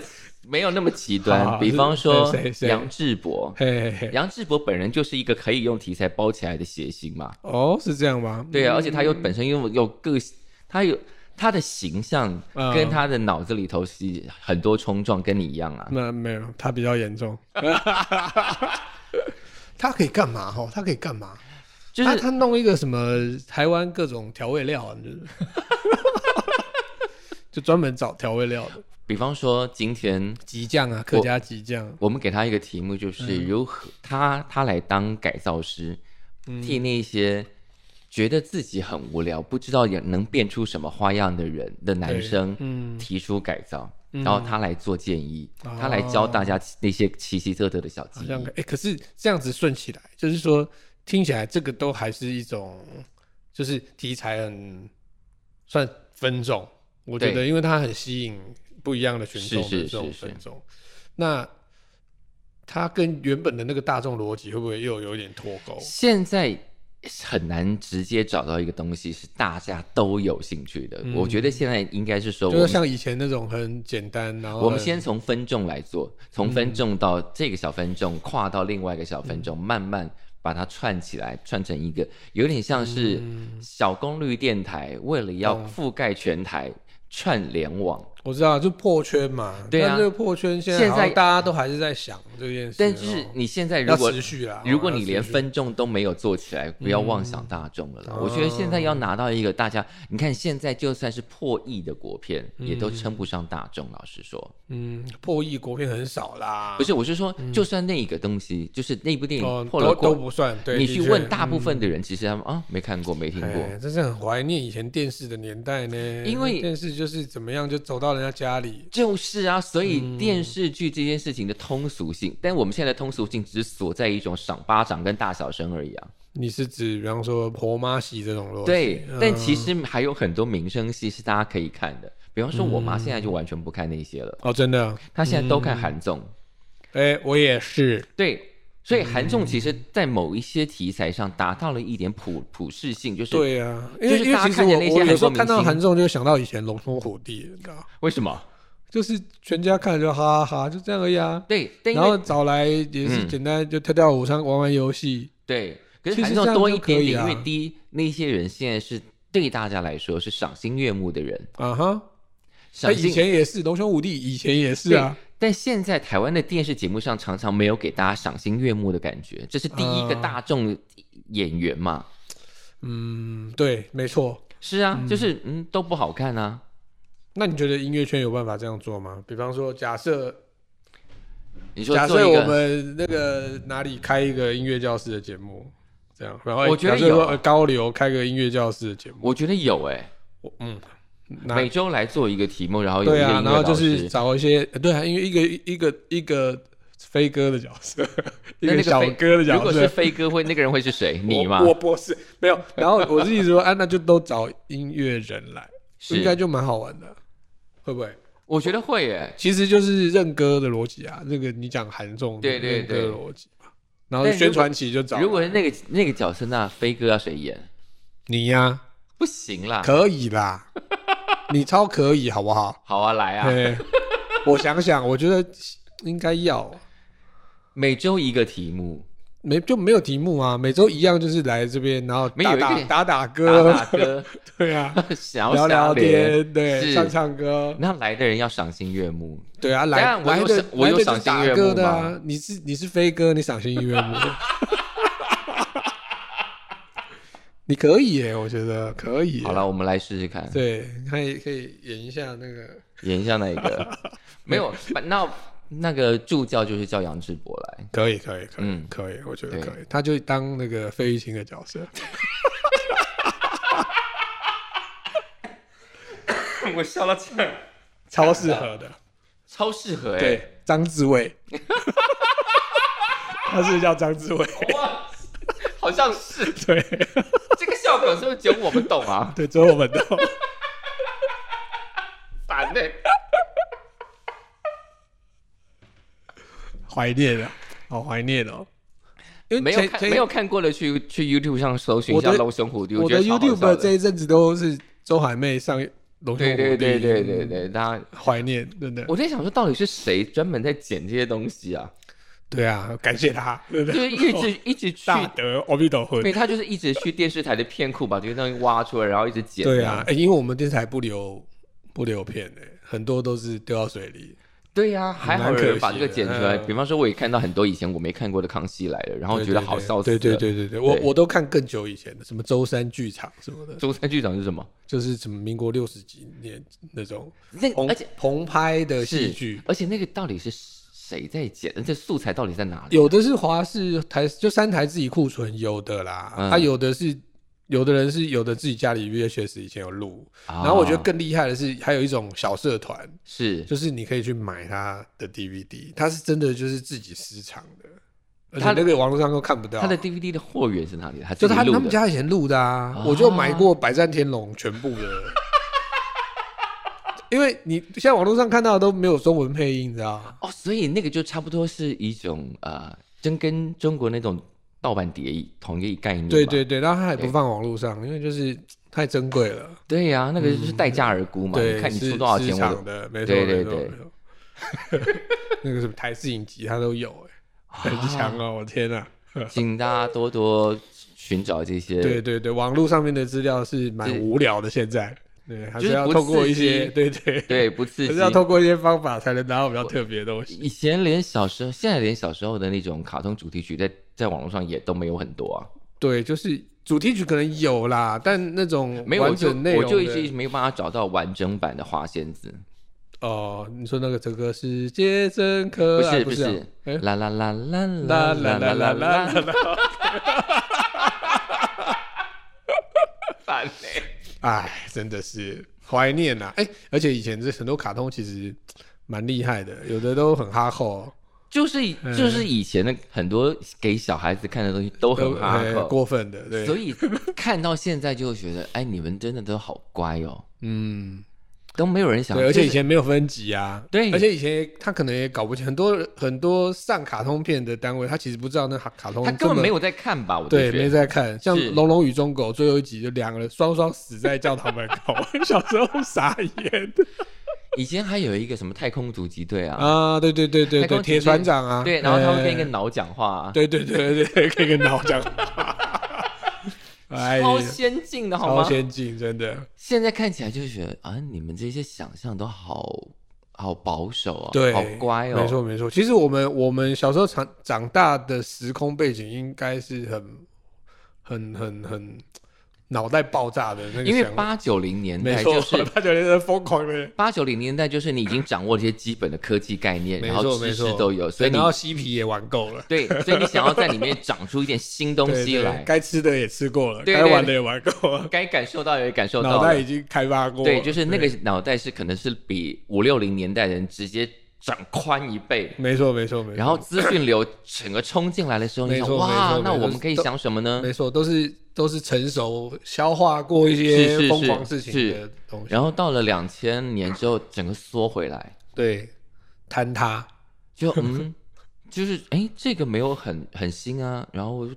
[SPEAKER 2] 没有那么 极
[SPEAKER 1] 好好
[SPEAKER 2] 端。比方说
[SPEAKER 1] 是谁谁
[SPEAKER 2] 杨志博，
[SPEAKER 1] 嘿嘿嘿，
[SPEAKER 2] 杨志博本人就是一个可以用题材包起来的谐星嘛，
[SPEAKER 1] 哦，是这样吗？
[SPEAKER 2] 对啊，而且他又本身又有个性，他有他的形象
[SPEAKER 1] 嗯
[SPEAKER 2] 跟他的脑子里头是很多冲撞，跟你一样啊。
[SPEAKER 1] 那没有，他比较严重。 他可以干嘛？哦，他可以干嘛？
[SPEAKER 2] 就
[SPEAKER 1] 他
[SPEAKER 2] 是
[SPEAKER 1] 他弄一个什么台湾各种调味料啊，就是， 就专门找调味料的，
[SPEAKER 2] 比方说今天
[SPEAKER 1] 极酱啊，客家极酱，
[SPEAKER 2] 我们给他一个题目，就是
[SPEAKER 1] 嗯
[SPEAKER 2] 如何、他他来当改造师，
[SPEAKER 1] 嗯
[SPEAKER 2] 替那些觉得自己很无聊、不知道也能变出什么花样的人的男
[SPEAKER 1] 对
[SPEAKER 2] 生
[SPEAKER 1] 嗯
[SPEAKER 2] 提出改造，然后他来做建议，他来教
[SPEAKER 1] 哦
[SPEAKER 2] 大家那些奇奇特特的小技
[SPEAKER 1] 好
[SPEAKER 2] 艺。
[SPEAKER 1] 像哎、可是这样子顺起来，就是说听起来这个都还是一种，就是题材很算分众，我觉
[SPEAKER 2] 对
[SPEAKER 1] 得，因为它很吸引不一样的群众的
[SPEAKER 2] 是是
[SPEAKER 1] 这种
[SPEAKER 2] 是是
[SPEAKER 1] 分众。那它跟原本的那个大众逻辑会不会又有一点脱钩？
[SPEAKER 2] 现在很难直接找到一个东西是大家都有兴趣的。我觉得现在应该是说，
[SPEAKER 1] 嗯
[SPEAKER 2] 我
[SPEAKER 1] 就是
[SPEAKER 2] 们
[SPEAKER 1] 像以前那种很简单，然后
[SPEAKER 2] 我们
[SPEAKER 1] 很
[SPEAKER 2] 先从分众来做，从分众到这个小分众，跨到另外一个小分
[SPEAKER 1] 嗯
[SPEAKER 2] 众，慢慢把它串起来，串成一个有点像是
[SPEAKER 1] 嗯
[SPEAKER 2] 小功率电台，为了要覆盖全台。串联网，
[SPEAKER 1] 我知道就破圈嘛，
[SPEAKER 2] 对啊
[SPEAKER 1] 但这个破圈现在
[SPEAKER 2] 现在
[SPEAKER 1] 好像大家都还是在想这件事哦，
[SPEAKER 2] 但就是你现在如
[SPEAKER 1] 要
[SPEAKER 2] 果
[SPEAKER 1] 持续啊啦，哦
[SPEAKER 2] 如果
[SPEAKER 1] 要
[SPEAKER 2] 你连
[SPEAKER 1] 持续
[SPEAKER 2] 分众都没有做起来，不要妄想大众了啦。
[SPEAKER 1] 嗯
[SPEAKER 2] 我觉得现在要拿到一个大家，你看现在就算是破亿的国片，也都称不上大众。老实说，
[SPEAKER 1] 嗯，破亿国片很少啦，
[SPEAKER 2] 不是，我是说，就算那个东西，就是那部电
[SPEAKER 1] 嗯哦
[SPEAKER 2] 影破
[SPEAKER 1] 都
[SPEAKER 2] 了
[SPEAKER 1] 都
[SPEAKER 2] 国，
[SPEAKER 1] 不算。对，
[SPEAKER 2] 你
[SPEAKER 1] 的
[SPEAKER 2] 去
[SPEAKER 1] 确嗯
[SPEAKER 2] 问大部分的人，其实他们啊没看过，没听过。
[SPEAKER 1] 哎，真是很怀念以前电视的年代呢。
[SPEAKER 2] 因为
[SPEAKER 1] 电视就是怎么样就走到人家家里，
[SPEAKER 2] 就是啊，所
[SPEAKER 1] 嗯
[SPEAKER 2] 以电视剧这件事情的通俗性，但我们现在的通俗性只锁在一种赏巴掌跟大小声而已啊。
[SPEAKER 1] 你是指比方说婆妈戏这种逻辑？
[SPEAKER 2] 对，
[SPEAKER 1] 嗯
[SPEAKER 2] 但其实还有很多民生戏是大家可以看的，比方说我
[SPEAKER 1] 嗯
[SPEAKER 2] 妈现在就完全不看那些了，
[SPEAKER 1] 哦，真的，
[SPEAKER 2] 她现在都
[SPEAKER 1] 嗯
[SPEAKER 2] 看韩综。
[SPEAKER 1] 哎，我也是，
[SPEAKER 2] 对，所以韩综其实
[SPEAKER 1] 嗯
[SPEAKER 2] 在某一些题材上达到了一点普普适性，就是
[SPEAKER 1] 对啊，因
[SPEAKER 2] 就
[SPEAKER 1] 为
[SPEAKER 2] 是
[SPEAKER 1] 因为
[SPEAKER 2] 大家
[SPEAKER 1] 其实
[SPEAKER 2] 看见那些
[SPEAKER 1] 我我有
[SPEAKER 2] 韩
[SPEAKER 1] 时候
[SPEAKER 2] 国
[SPEAKER 1] 看到
[SPEAKER 2] 明星
[SPEAKER 1] 韩综就想到以前龙兄虎弟，你知道，
[SPEAKER 2] 为什么？
[SPEAKER 1] 就是全家看了就哈哈哈，就这样而已啊。
[SPEAKER 2] 对，但因
[SPEAKER 1] 然后
[SPEAKER 2] 为
[SPEAKER 1] 找来也是
[SPEAKER 2] 嗯
[SPEAKER 1] 简单就跳跳舞、上玩玩游戏，
[SPEAKER 2] 对，可
[SPEAKER 1] 其实
[SPEAKER 2] 是韩
[SPEAKER 1] 这
[SPEAKER 2] 综
[SPEAKER 1] 样
[SPEAKER 2] 多
[SPEAKER 1] 就
[SPEAKER 2] 一点
[SPEAKER 1] 可以
[SPEAKER 2] 点，因为
[SPEAKER 1] 啊
[SPEAKER 2] 第一，那些人现在是对大家来说是赏心悦目的人，
[SPEAKER 1] 啊哈。他
[SPEAKER 2] 赏
[SPEAKER 1] 哎以
[SPEAKER 2] 心
[SPEAKER 1] 前也是龙兄虎弟，以前也是
[SPEAKER 2] 对
[SPEAKER 1] 啊。
[SPEAKER 2] 但现在台湾的电视节目上常常没有给大家赏心悦目的感觉，这是第一个
[SPEAKER 1] 啊
[SPEAKER 2] 大众演员嘛。
[SPEAKER 1] 嗯，对，没错。
[SPEAKER 2] 是啊，就是嗯都不好看啊。
[SPEAKER 1] 那你觉得音乐圈有办法这样做吗？比方说，假设
[SPEAKER 2] 你说
[SPEAKER 1] 假
[SPEAKER 2] 做
[SPEAKER 1] 设
[SPEAKER 2] 一
[SPEAKER 1] 我
[SPEAKER 2] 个，
[SPEAKER 1] 们那个哪里开一个音乐教室的节目，这样，然后
[SPEAKER 2] 我觉得
[SPEAKER 1] 假设说
[SPEAKER 2] 有
[SPEAKER 1] 呃高流开个音乐教室的节目，
[SPEAKER 2] 我觉得有哎、
[SPEAKER 1] 我嗯，哪
[SPEAKER 2] 每周来做一个题目，然后有一
[SPEAKER 1] 对
[SPEAKER 2] 个
[SPEAKER 1] 啊，
[SPEAKER 2] 音乐
[SPEAKER 1] 然后就
[SPEAKER 2] 老
[SPEAKER 1] 是
[SPEAKER 2] 师。
[SPEAKER 1] 找一些呃对啊，因为一个一个一个飞哥的角色， 一
[SPEAKER 2] 那那个
[SPEAKER 1] 小
[SPEAKER 2] 飞
[SPEAKER 1] 哥的
[SPEAKER 2] 如
[SPEAKER 1] 角
[SPEAKER 2] 果是
[SPEAKER 1] 色，
[SPEAKER 2] 飞哥会，那个人会是谁？你 吗
[SPEAKER 1] 我？我不是没有。然后我自己说，啊，那就都找音乐人来，应该
[SPEAKER 2] 是，
[SPEAKER 1] 就蛮好玩的，会不会？
[SPEAKER 2] 我觉得会哎耶。
[SPEAKER 1] 其实就是认歌的逻辑啊，那个你讲韩综
[SPEAKER 2] 对对
[SPEAKER 1] 认歌
[SPEAKER 2] 对
[SPEAKER 1] 的逻辑嘛，然后
[SPEAKER 2] 但如果
[SPEAKER 1] 宣传期就找
[SPEAKER 2] 如果是那个那个角色，那飞哥要谁演？
[SPEAKER 1] 你呀、
[SPEAKER 2] 不行啦。
[SPEAKER 1] 可以 啦，你超可以好不好？
[SPEAKER 2] 好啊，来啊，
[SPEAKER 1] 对，我想想，我觉得应该要
[SPEAKER 2] 每周一个题目，
[SPEAKER 1] 没就没有题目啊，每周一样就是来这边，然后
[SPEAKER 2] 没有
[SPEAKER 1] 打打
[SPEAKER 2] 有一点
[SPEAKER 1] 打打
[SPEAKER 2] 打
[SPEAKER 1] 歌，
[SPEAKER 2] 打歌，
[SPEAKER 1] 对啊，
[SPEAKER 2] 想要
[SPEAKER 1] 聊聊
[SPEAKER 2] 瞎连。
[SPEAKER 1] 天，对，
[SPEAKER 2] 是
[SPEAKER 1] 唱唱歌，
[SPEAKER 2] 那来的人要赏心悦目，
[SPEAKER 1] 对啊，
[SPEAKER 2] 等一
[SPEAKER 1] 来
[SPEAKER 2] 下我
[SPEAKER 1] 来
[SPEAKER 2] 有
[SPEAKER 1] 的
[SPEAKER 2] 赏我
[SPEAKER 1] 来
[SPEAKER 2] 有
[SPEAKER 1] 的就
[SPEAKER 2] 赏
[SPEAKER 1] 是
[SPEAKER 2] 心
[SPEAKER 1] 打
[SPEAKER 2] 悦
[SPEAKER 1] 歌
[SPEAKER 2] 目
[SPEAKER 1] 的啊
[SPEAKER 2] 吗，
[SPEAKER 1] 你是你是飞哥，你赏心悦目。 你可以耶，我觉得可以耶。
[SPEAKER 2] 好了，我们来试试看，
[SPEAKER 1] 对，可以可以演一下那个
[SPEAKER 2] 演一下那一 个。没有，那那个助教就是叫杨志博来。
[SPEAKER 1] 可以，可以，可以，
[SPEAKER 2] 嗯
[SPEAKER 1] 可以，我觉得
[SPEAKER 2] 对
[SPEAKER 1] 可以。他就当那个费玉清的角色，
[SPEAKER 2] 我笑到这样，
[SPEAKER 1] 超适合的。
[SPEAKER 2] 超适合 哎、
[SPEAKER 1] 对，张志伟， 他是不是叫张志伟，
[SPEAKER 2] 哇，好像是
[SPEAKER 1] 对，
[SPEAKER 2] 这个笑梗，是不是只有我们懂啊？
[SPEAKER 1] 对，只有我们懂。
[SPEAKER 2] 烦欸呢、
[SPEAKER 1] 怀念啊，好怀念哦。因为
[SPEAKER 2] 没有
[SPEAKER 1] 前
[SPEAKER 2] 看
[SPEAKER 1] 前
[SPEAKER 2] 没有看过的去去 YouTube 上搜寻一
[SPEAKER 1] 我
[SPEAKER 2] 下
[SPEAKER 1] 的
[SPEAKER 2] 《龙兄虎弟》，
[SPEAKER 1] 我
[SPEAKER 2] 觉
[SPEAKER 1] 的
[SPEAKER 2] 得超好笑
[SPEAKER 1] YouTube 呃这
[SPEAKER 2] 的。
[SPEAKER 1] 一阵子都是周海媚上龙兄虎弟，
[SPEAKER 2] 对对对对对
[SPEAKER 1] 嗯
[SPEAKER 2] 对，大家
[SPEAKER 1] 怀念，真的。
[SPEAKER 2] 我在想说，到底是谁专门在剪这些东西啊？
[SPEAKER 1] 对啊，感谢他，对不
[SPEAKER 2] 就
[SPEAKER 1] 对？
[SPEAKER 2] 是一直一直 去，
[SPEAKER 1] 大德阿弥陀佛。
[SPEAKER 2] 对，他就是一直去电视台的片库把这些东西挖出来，然后一直剪。
[SPEAKER 1] 啊欸对啊，，欸因为我们电视台不留不留片诶、很多都是丢到水里。
[SPEAKER 2] 对呀、还好
[SPEAKER 1] 蛮
[SPEAKER 2] 有
[SPEAKER 1] 可
[SPEAKER 2] 人把
[SPEAKER 1] 惜
[SPEAKER 2] 这个
[SPEAKER 1] 的
[SPEAKER 2] 剪出来。
[SPEAKER 1] 嗯
[SPEAKER 2] 比方说，我也看到很多以前我没看过的《康熙来了》，然后觉得好笑死
[SPEAKER 1] 对
[SPEAKER 2] 了。
[SPEAKER 1] 对对对对，我
[SPEAKER 2] 对
[SPEAKER 1] 我都看更久以前的，什么舟山剧场什么的，
[SPEAKER 2] 中山剧场是什么？
[SPEAKER 1] 就是什么民国六十几年那种
[SPEAKER 2] 那
[SPEAKER 1] 澎
[SPEAKER 2] 而且
[SPEAKER 1] 澎湃的戏
[SPEAKER 2] 是
[SPEAKER 1] 剧，
[SPEAKER 2] 而且那个到底是谁在剪？这素材到底在哪里？
[SPEAKER 1] 有的是华视台就三台自己库存有的啦，
[SPEAKER 2] 嗯
[SPEAKER 1] 啊有的是有的人是有的自己家里 VHS 以前有录，
[SPEAKER 2] 啊
[SPEAKER 1] 然后我觉得更厉害的是还有一种小社团，
[SPEAKER 2] 是
[SPEAKER 1] 就是你可以去买它的 DVD，它是真的就是自己私藏的，而且
[SPEAKER 2] 它
[SPEAKER 1] 那个网络上都看不到。
[SPEAKER 2] 他的 DVD 的货源是哪里的？他
[SPEAKER 1] 就
[SPEAKER 2] 自己
[SPEAKER 1] 他
[SPEAKER 2] 录
[SPEAKER 1] 他们
[SPEAKER 2] 的
[SPEAKER 1] 家以前录的啊，
[SPEAKER 2] 啊
[SPEAKER 1] 我就买过《百战天龙》全部的。因为你现在网络上看到的都没有中文配音，你知道吗？
[SPEAKER 2] 哦，所以那个就差不多是一种呃，真跟中国那种盗版碟一同一个概念吧。
[SPEAKER 1] 对对对，然后他也不
[SPEAKER 2] 对
[SPEAKER 1] 放网络上，因为就是太珍贵了。
[SPEAKER 2] 对呀、那个就是待价而沽嘛。
[SPEAKER 1] 嗯对，
[SPEAKER 2] 你看你
[SPEAKER 1] 是
[SPEAKER 2] 出多少钱，
[SPEAKER 1] 市
[SPEAKER 2] 我
[SPEAKER 1] 场
[SPEAKER 2] 都
[SPEAKER 1] 的，没错，
[SPEAKER 2] 对
[SPEAKER 1] 没
[SPEAKER 2] 对
[SPEAKER 1] 错
[SPEAKER 2] 对
[SPEAKER 1] 没错 那个什么台式影集，它都有、
[SPEAKER 2] 啊
[SPEAKER 1] 哎，很强哦！我天啊！
[SPEAKER 2] 请大家多多寻找这些。
[SPEAKER 1] 对对对，网络上面的资料是蛮
[SPEAKER 2] 是
[SPEAKER 1] 无聊的，现在对，还
[SPEAKER 2] 就是是
[SPEAKER 1] 要
[SPEAKER 2] 不
[SPEAKER 1] 透过
[SPEAKER 2] 刺
[SPEAKER 1] 一些，
[SPEAKER 2] 激
[SPEAKER 1] 对对，
[SPEAKER 2] 对，不刺
[SPEAKER 1] 还
[SPEAKER 2] 激
[SPEAKER 1] 是。要透过一些方法才能拿到比较特别的东西。
[SPEAKER 2] 以前连小时候，现在连小时候的那种卡通主题曲在，在网络上也都没有很多啊，
[SPEAKER 1] 对，就是主题曲可能有啦，但那种
[SPEAKER 2] 没有我
[SPEAKER 1] 完
[SPEAKER 2] 就
[SPEAKER 1] 整内容
[SPEAKER 2] 我就一
[SPEAKER 1] 的
[SPEAKER 2] 直没有办法找到完整版的花仙子，
[SPEAKER 1] 哦，你说那个这个世界真可
[SPEAKER 2] 不
[SPEAKER 1] 爱，
[SPEAKER 2] 是
[SPEAKER 1] 不
[SPEAKER 2] 不
[SPEAKER 1] 是啊
[SPEAKER 2] 是
[SPEAKER 1] 哎，
[SPEAKER 2] 啦啦啦啦
[SPEAKER 1] 啦啦啦
[SPEAKER 2] 啦啦啦
[SPEAKER 1] 啦
[SPEAKER 2] 啦
[SPEAKER 1] 啦
[SPEAKER 2] 啦，
[SPEAKER 1] 啦
[SPEAKER 2] 烦欸
[SPEAKER 1] 哎，真的是怀念呐、啊！哎、而且以前这很多卡通其实蛮厉害的，有的都很哈扣，
[SPEAKER 2] 就是以
[SPEAKER 1] 哎
[SPEAKER 2] 就是以前的很多给小孩子看的东西都很哈
[SPEAKER 1] 呃
[SPEAKER 2] 扣，
[SPEAKER 1] 过分的，对，
[SPEAKER 2] 所以看到现在就会觉得，哎，你们真的都好乖哦，
[SPEAKER 1] 嗯，
[SPEAKER 2] 都没有人想，
[SPEAKER 1] 对，而且
[SPEAKER 2] 就是
[SPEAKER 1] 以前没有分级啊，
[SPEAKER 2] 对
[SPEAKER 1] 而且以前也他可能也搞不清，很多很多上卡通片的单位，他其实不知道那卡卡通
[SPEAKER 2] 他根
[SPEAKER 1] 这
[SPEAKER 2] 本
[SPEAKER 1] 么
[SPEAKER 2] 没有在看吧？我就
[SPEAKER 1] 对
[SPEAKER 2] 觉得
[SPEAKER 1] 没在看，像
[SPEAKER 2] 是
[SPEAKER 1] 《龙龙与忠狗》最后一集就两个人双双死在教堂门口， 小时候傻眼
[SPEAKER 2] 以前还有一个什么太空突击队 啊，
[SPEAKER 1] 啊，对对对对
[SPEAKER 2] 太空
[SPEAKER 1] 对，
[SPEAKER 2] 骑
[SPEAKER 1] 铁
[SPEAKER 2] 士
[SPEAKER 1] 船长啊，
[SPEAKER 2] 对，然后他会跟一个
[SPEAKER 1] 哎
[SPEAKER 2] 脑讲话啊，
[SPEAKER 1] 对对对对，可以跟脑 讲。哎呀
[SPEAKER 2] 超先进的好
[SPEAKER 1] 超
[SPEAKER 2] 吗？
[SPEAKER 1] 先进，真的。
[SPEAKER 2] 现在看起来就觉得啊，你们这些想象都好好保守哦，
[SPEAKER 1] 对，
[SPEAKER 2] 好乖哦，
[SPEAKER 1] 没错没错。其实我们我们小时候长长大的时空背景应该是很很很很脑袋爆炸的那个
[SPEAKER 2] 因为
[SPEAKER 1] 想法，
[SPEAKER 2] 八九零年
[SPEAKER 1] 没
[SPEAKER 2] 代
[SPEAKER 1] 错
[SPEAKER 2] 就，是
[SPEAKER 1] 八九年的疯狂的人，
[SPEAKER 2] 八九零年代就是你已经掌握了一些基本的科技概念，
[SPEAKER 1] 没
[SPEAKER 2] 然
[SPEAKER 1] 错
[SPEAKER 2] 后
[SPEAKER 1] 没
[SPEAKER 2] 知识
[SPEAKER 1] 错
[SPEAKER 2] 都有，所
[SPEAKER 1] 对
[SPEAKER 2] 以你
[SPEAKER 1] 然后嬉皮也玩够了，
[SPEAKER 2] 对，所以你想要在里面长出一点新东
[SPEAKER 1] 对
[SPEAKER 2] 西
[SPEAKER 1] 对，
[SPEAKER 2] 来，
[SPEAKER 1] 该吃的也吃过了，
[SPEAKER 2] 对
[SPEAKER 1] 该
[SPEAKER 2] 对
[SPEAKER 1] 玩的也玩够了，
[SPEAKER 2] 该感受到也感受
[SPEAKER 1] 脑
[SPEAKER 2] 到
[SPEAKER 1] 袋
[SPEAKER 2] 了
[SPEAKER 1] 已，经开发过了，
[SPEAKER 2] 对，就是那个脑袋是可能是比五六零年代人直接长宽一倍。
[SPEAKER 1] 没错没错没错。
[SPEAKER 2] 然后资讯流整个冲进来的时候，你
[SPEAKER 1] 没
[SPEAKER 2] 想
[SPEAKER 1] 错没
[SPEAKER 2] 哇
[SPEAKER 1] 错，
[SPEAKER 2] 那
[SPEAKER 1] 没错
[SPEAKER 2] 我们可以
[SPEAKER 1] 都
[SPEAKER 2] 想什么呢？
[SPEAKER 1] 没错，都是都是成熟消化过一
[SPEAKER 2] 是
[SPEAKER 1] 些
[SPEAKER 2] 是
[SPEAKER 1] 疯狂事
[SPEAKER 2] 是
[SPEAKER 1] 情
[SPEAKER 2] 是
[SPEAKER 1] 的东西，
[SPEAKER 2] 然后到了两千年之后，整个缩回来，
[SPEAKER 1] 对，坍塌。
[SPEAKER 2] 就嗯， 就是哎，这个没有很很新啊。然后我就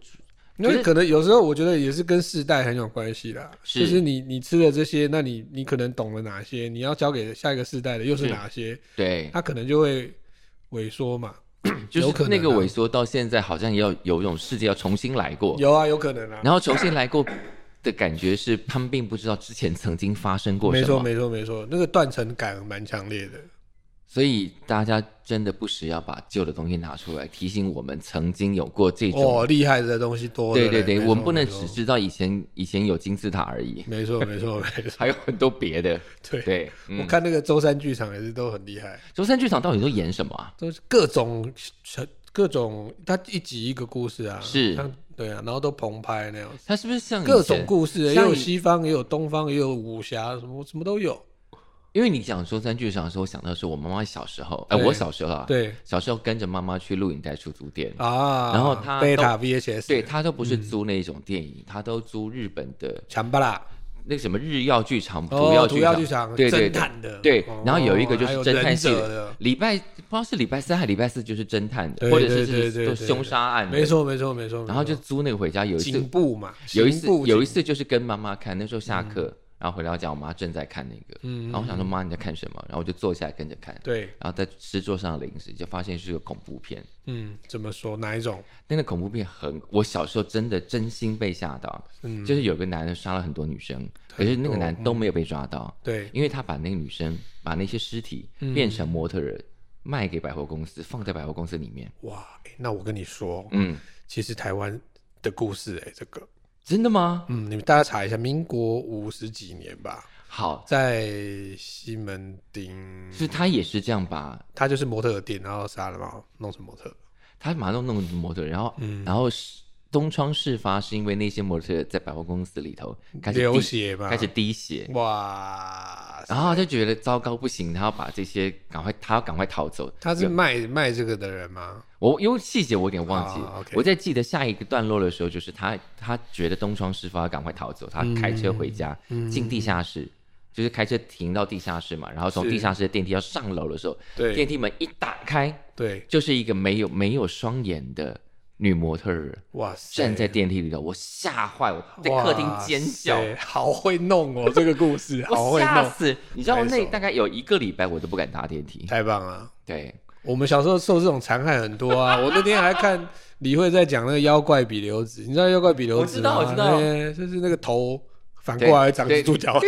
[SPEAKER 1] 因为可能有时候我觉得也是跟世代很有关系啦，
[SPEAKER 2] 是
[SPEAKER 1] 就是你你吃了这些，那你你可能懂了哪些，你要交给下一个世代的又是
[SPEAKER 2] 是
[SPEAKER 1] 哪些，
[SPEAKER 2] 对，
[SPEAKER 1] 他可能就会萎缩嘛。
[SPEAKER 2] 就
[SPEAKER 1] 有可
[SPEAKER 2] 是
[SPEAKER 1] 能
[SPEAKER 2] 那个
[SPEAKER 1] 啊
[SPEAKER 2] 萎缩到现在，好像也要有一种世界要重新来过，
[SPEAKER 1] 有啊，有可能啊。
[SPEAKER 2] 然后重新来过的感觉是他们并不知道之前曾经发生过
[SPEAKER 1] 没
[SPEAKER 2] 什
[SPEAKER 1] 错，
[SPEAKER 2] 么，
[SPEAKER 1] 没错，没错，那个断层感蛮强烈的。
[SPEAKER 2] 所以大家真的不时要把旧的东西拿出来提醒我们曾经有过这种。
[SPEAKER 1] 哦，厉害的东西多了
[SPEAKER 2] 对
[SPEAKER 1] 嘞。
[SPEAKER 2] 对对，
[SPEAKER 1] 没错
[SPEAKER 2] 我们不能
[SPEAKER 1] 没错
[SPEAKER 2] 只知道以前以前有金字塔而已，
[SPEAKER 1] 没错，没错，没错。
[SPEAKER 2] 还有很多别的。
[SPEAKER 1] 对，
[SPEAKER 2] 对，嗯
[SPEAKER 1] 我看那个舟山剧场也是都很厉害，
[SPEAKER 2] 周三剧场到底都演什么啊？
[SPEAKER 1] 都是各种各种，它一集一个故事啊，
[SPEAKER 2] 是
[SPEAKER 1] 像对啊，然后都澎湃那样子。
[SPEAKER 2] 它是不是像以
[SPEAKER 1] 各种
[SPEAKER 2] 前？
[SPEAKER 1] 故事，也
[SPEAKER 2] 像
[SPEAKER 1] 有
[SPEAKER 2] 以
[SPEAKER 1] 西方，也有东方，也有武侠，什么什么都有。
[SPEAKER 2] 因为你讲说三剧场的时候，我想到是我妈妈小时候，哎、
[SPEAKER 1] 对
[SPEAKER 2] 我小时候啊，，
[SPEAKER 1] 对
[SPEAKER 2] 小时候跟着妈妈去录影带出租店，
[SPEAKER 1] 啊，
[SPEAKER 2] 然后他
[SPEAKER 1] 贝
[SPEAKER 2] 都
[SPEAKER 1] 塔 VHS，
[SPEAKER 2] 对，她都不是租那种电影，她都租日本的
[SPEAKER 1] 强巴拉，
[SPEAKER 2] 那个什么日曜剧场、
[SPEAKER 1] 哦
[SPEAKER 2] 耀
[SPEAKER 1] 毒
[SPEAKER 2] 剧
[SPEAKER 1] 药
[SPEAKER 2] 场，
[SPEAKER 1] 剧场，
[SPEAKER 2] 对
[SPEAKER 1] 侦
[SPEAKER 2] 对对。
[SPEAKER 1] 探的，
[SPEAKER 2] 对
[SPEAKER 1] 哦，
[SPEAKER 2] 然后有一个就
[SPEAKER 1] 还
[SPEAKER 2] 是
[SPEAKER 1] 有
[SPEAKER 2] 侦探
[SPEAKER 1] 忍
[SPEAKER 2] 系
[SPEAKER 1] 者
[SPEAKER 2] 的
[SPEAKER 1] 的，，
[SPEAKER 2] 礼拜不知道是礼拜三还是礼拜四就是侦探的，
[SPEAKER 1] 对
[SPEAKER 2] 或者
[SPEAKER 1] 对
[SPEAKER 2] 是
[SPEAKER 1] 对对
[SPEAKER 2] 是就
[SPEAKER 1] 对
[SPEAKER 2] 凶杀案的，
[SPEAKER 1] 没。错没错没错。
[SPEAKER 2] 然后
[SPEAKER 1] 没
[SPEAKER 2] 就
[SPEAKER 1] 错
[SPEAKER 2] 租那个回家，有一次
[SPEAKER 1] 警部嘛，
[SPEAKER 2] 有一
[SPEAKER 1] 刑
[SPEAKER 2] 次
[SPEAKER 1] 部
[SPEAKER 2] 有一
[SPEAKER 1] 警
[SPEAKER 2] 次就是跟妈妈看，那时候下课，然后回到家，我妈正在看那个，
[SPEAKER 1] 嗯
[SPEAKER 2] 然后我想说妈你在看什么，然后我就坐下来跟着看，
[SPEAKER 1] 对，
[SPEAKER 2] 然后在吃桌上的零食，就发现是个恐怖片。
[SPEAKER 1] 嗯，怎么说哪一种？
[SPEAKER 2] 那个恐怖片很，我小时候真的真心被吓到，
[SPEAKER 1] 嗯
[SPEAKER 2] 就是有个男人杀了很多女生，可是那个男都没有被抓到，
[SPEAKER 1] 对，嗯
[SPEAKER 2] 因为他把那个女生把那些尸体变成模特人，卖给百货公司，放在百货公司里面。
[SPEAKER 1] 哇，欸那我跟你说，
[SPEAKER 2] 嗯，
[SPEAKER 1] 其实台湾的故事、欸，哎，这个，
[SPEAKER 2] 真的吗？
[SPEAKER 1] 嗯，你们大家查一下，民国五十几年吧，
[SPEAKER 2] 好，
[SPEAKER 1] 在西门町，
[SPEAKER 2] 是他也是这样把
[SPEAKER 1] 他就是模特儿店，然后杀了嘛，弄成模特儿。
[SPEAKER 2] 他马上弄模特，然后、
[SPEAKER 1] 嗯
[SPEAKER 2] 然后是东窗事发是因为那些模特在百货公司里头开始
[SPEAKER 1] 流
[SPEAKER 2] 滴
[SPEAKER 1] 血嘛，
[SPEAKER 2] 开始滴血，
[SPEAKER 1] 哇，
[SPEAKER 2] 然后他就觉得糟糕不行，他要把这些赶快他要赶快逃走。
[SPEAKER 1] 他是卖卖这个的人吗？
[SPEAKER 2] 我因为细节我有点忘记，
[SPEAKER 1] 啊，OK
[SPEAKER 2] 我在记得下一个段落的时候，就是他他觉得东窗事发，赶快逃走，他
[SPEAKER 1] 嗯
[SPEAKER 2] 开车回家，进地下室，就是开车停到地下室嘛，然后从
[SPEAKER 1] 是
[SPEAKER 2] 地下室的电梯要上楼的时候，电
[SPEAKER 1] 对
[SPEAKER 2] 梯门一打开，
[SPEAKER 1] 对，
[SPEAKER 2] 就是一个没有没有双眼的女模特儿
[SPEAKER 1] 哇塞，
[SPEAKER 2] 站在电梯里头，我吓坏，我在
[SPEAKER 1] 哇
[SPEAKER 2] 客厅尖叫，
[SPEAKER 1] 塞好会弄哦，这个故事好
[SPEAKER 2] 我
[SPEAKER 1] 会
[SPEAKER 2] 吓
[SPEAKER 1] 弄，
[SPEAKER 2] 死！你知道
[SPEAKER 1] 拍
[SPEAKER 2] 那
[SPEAKER 1] 手
[SPEAKER 2] 大概有一个礼拜我都不敢搭电梯，
[SPEAKER 1] 太棒了。
[SPEAKER 2] 对，
[SPEAKER 1] 我们小时候受这种残害很多 啊！我那天还看李慧在讲那个妖怪比流子，你知道妖怪比流子吗？
[SPEAKER 2] 我知道我知道
[SPEAKER 1] 哎就是那个头反过来长蜘蛛脚。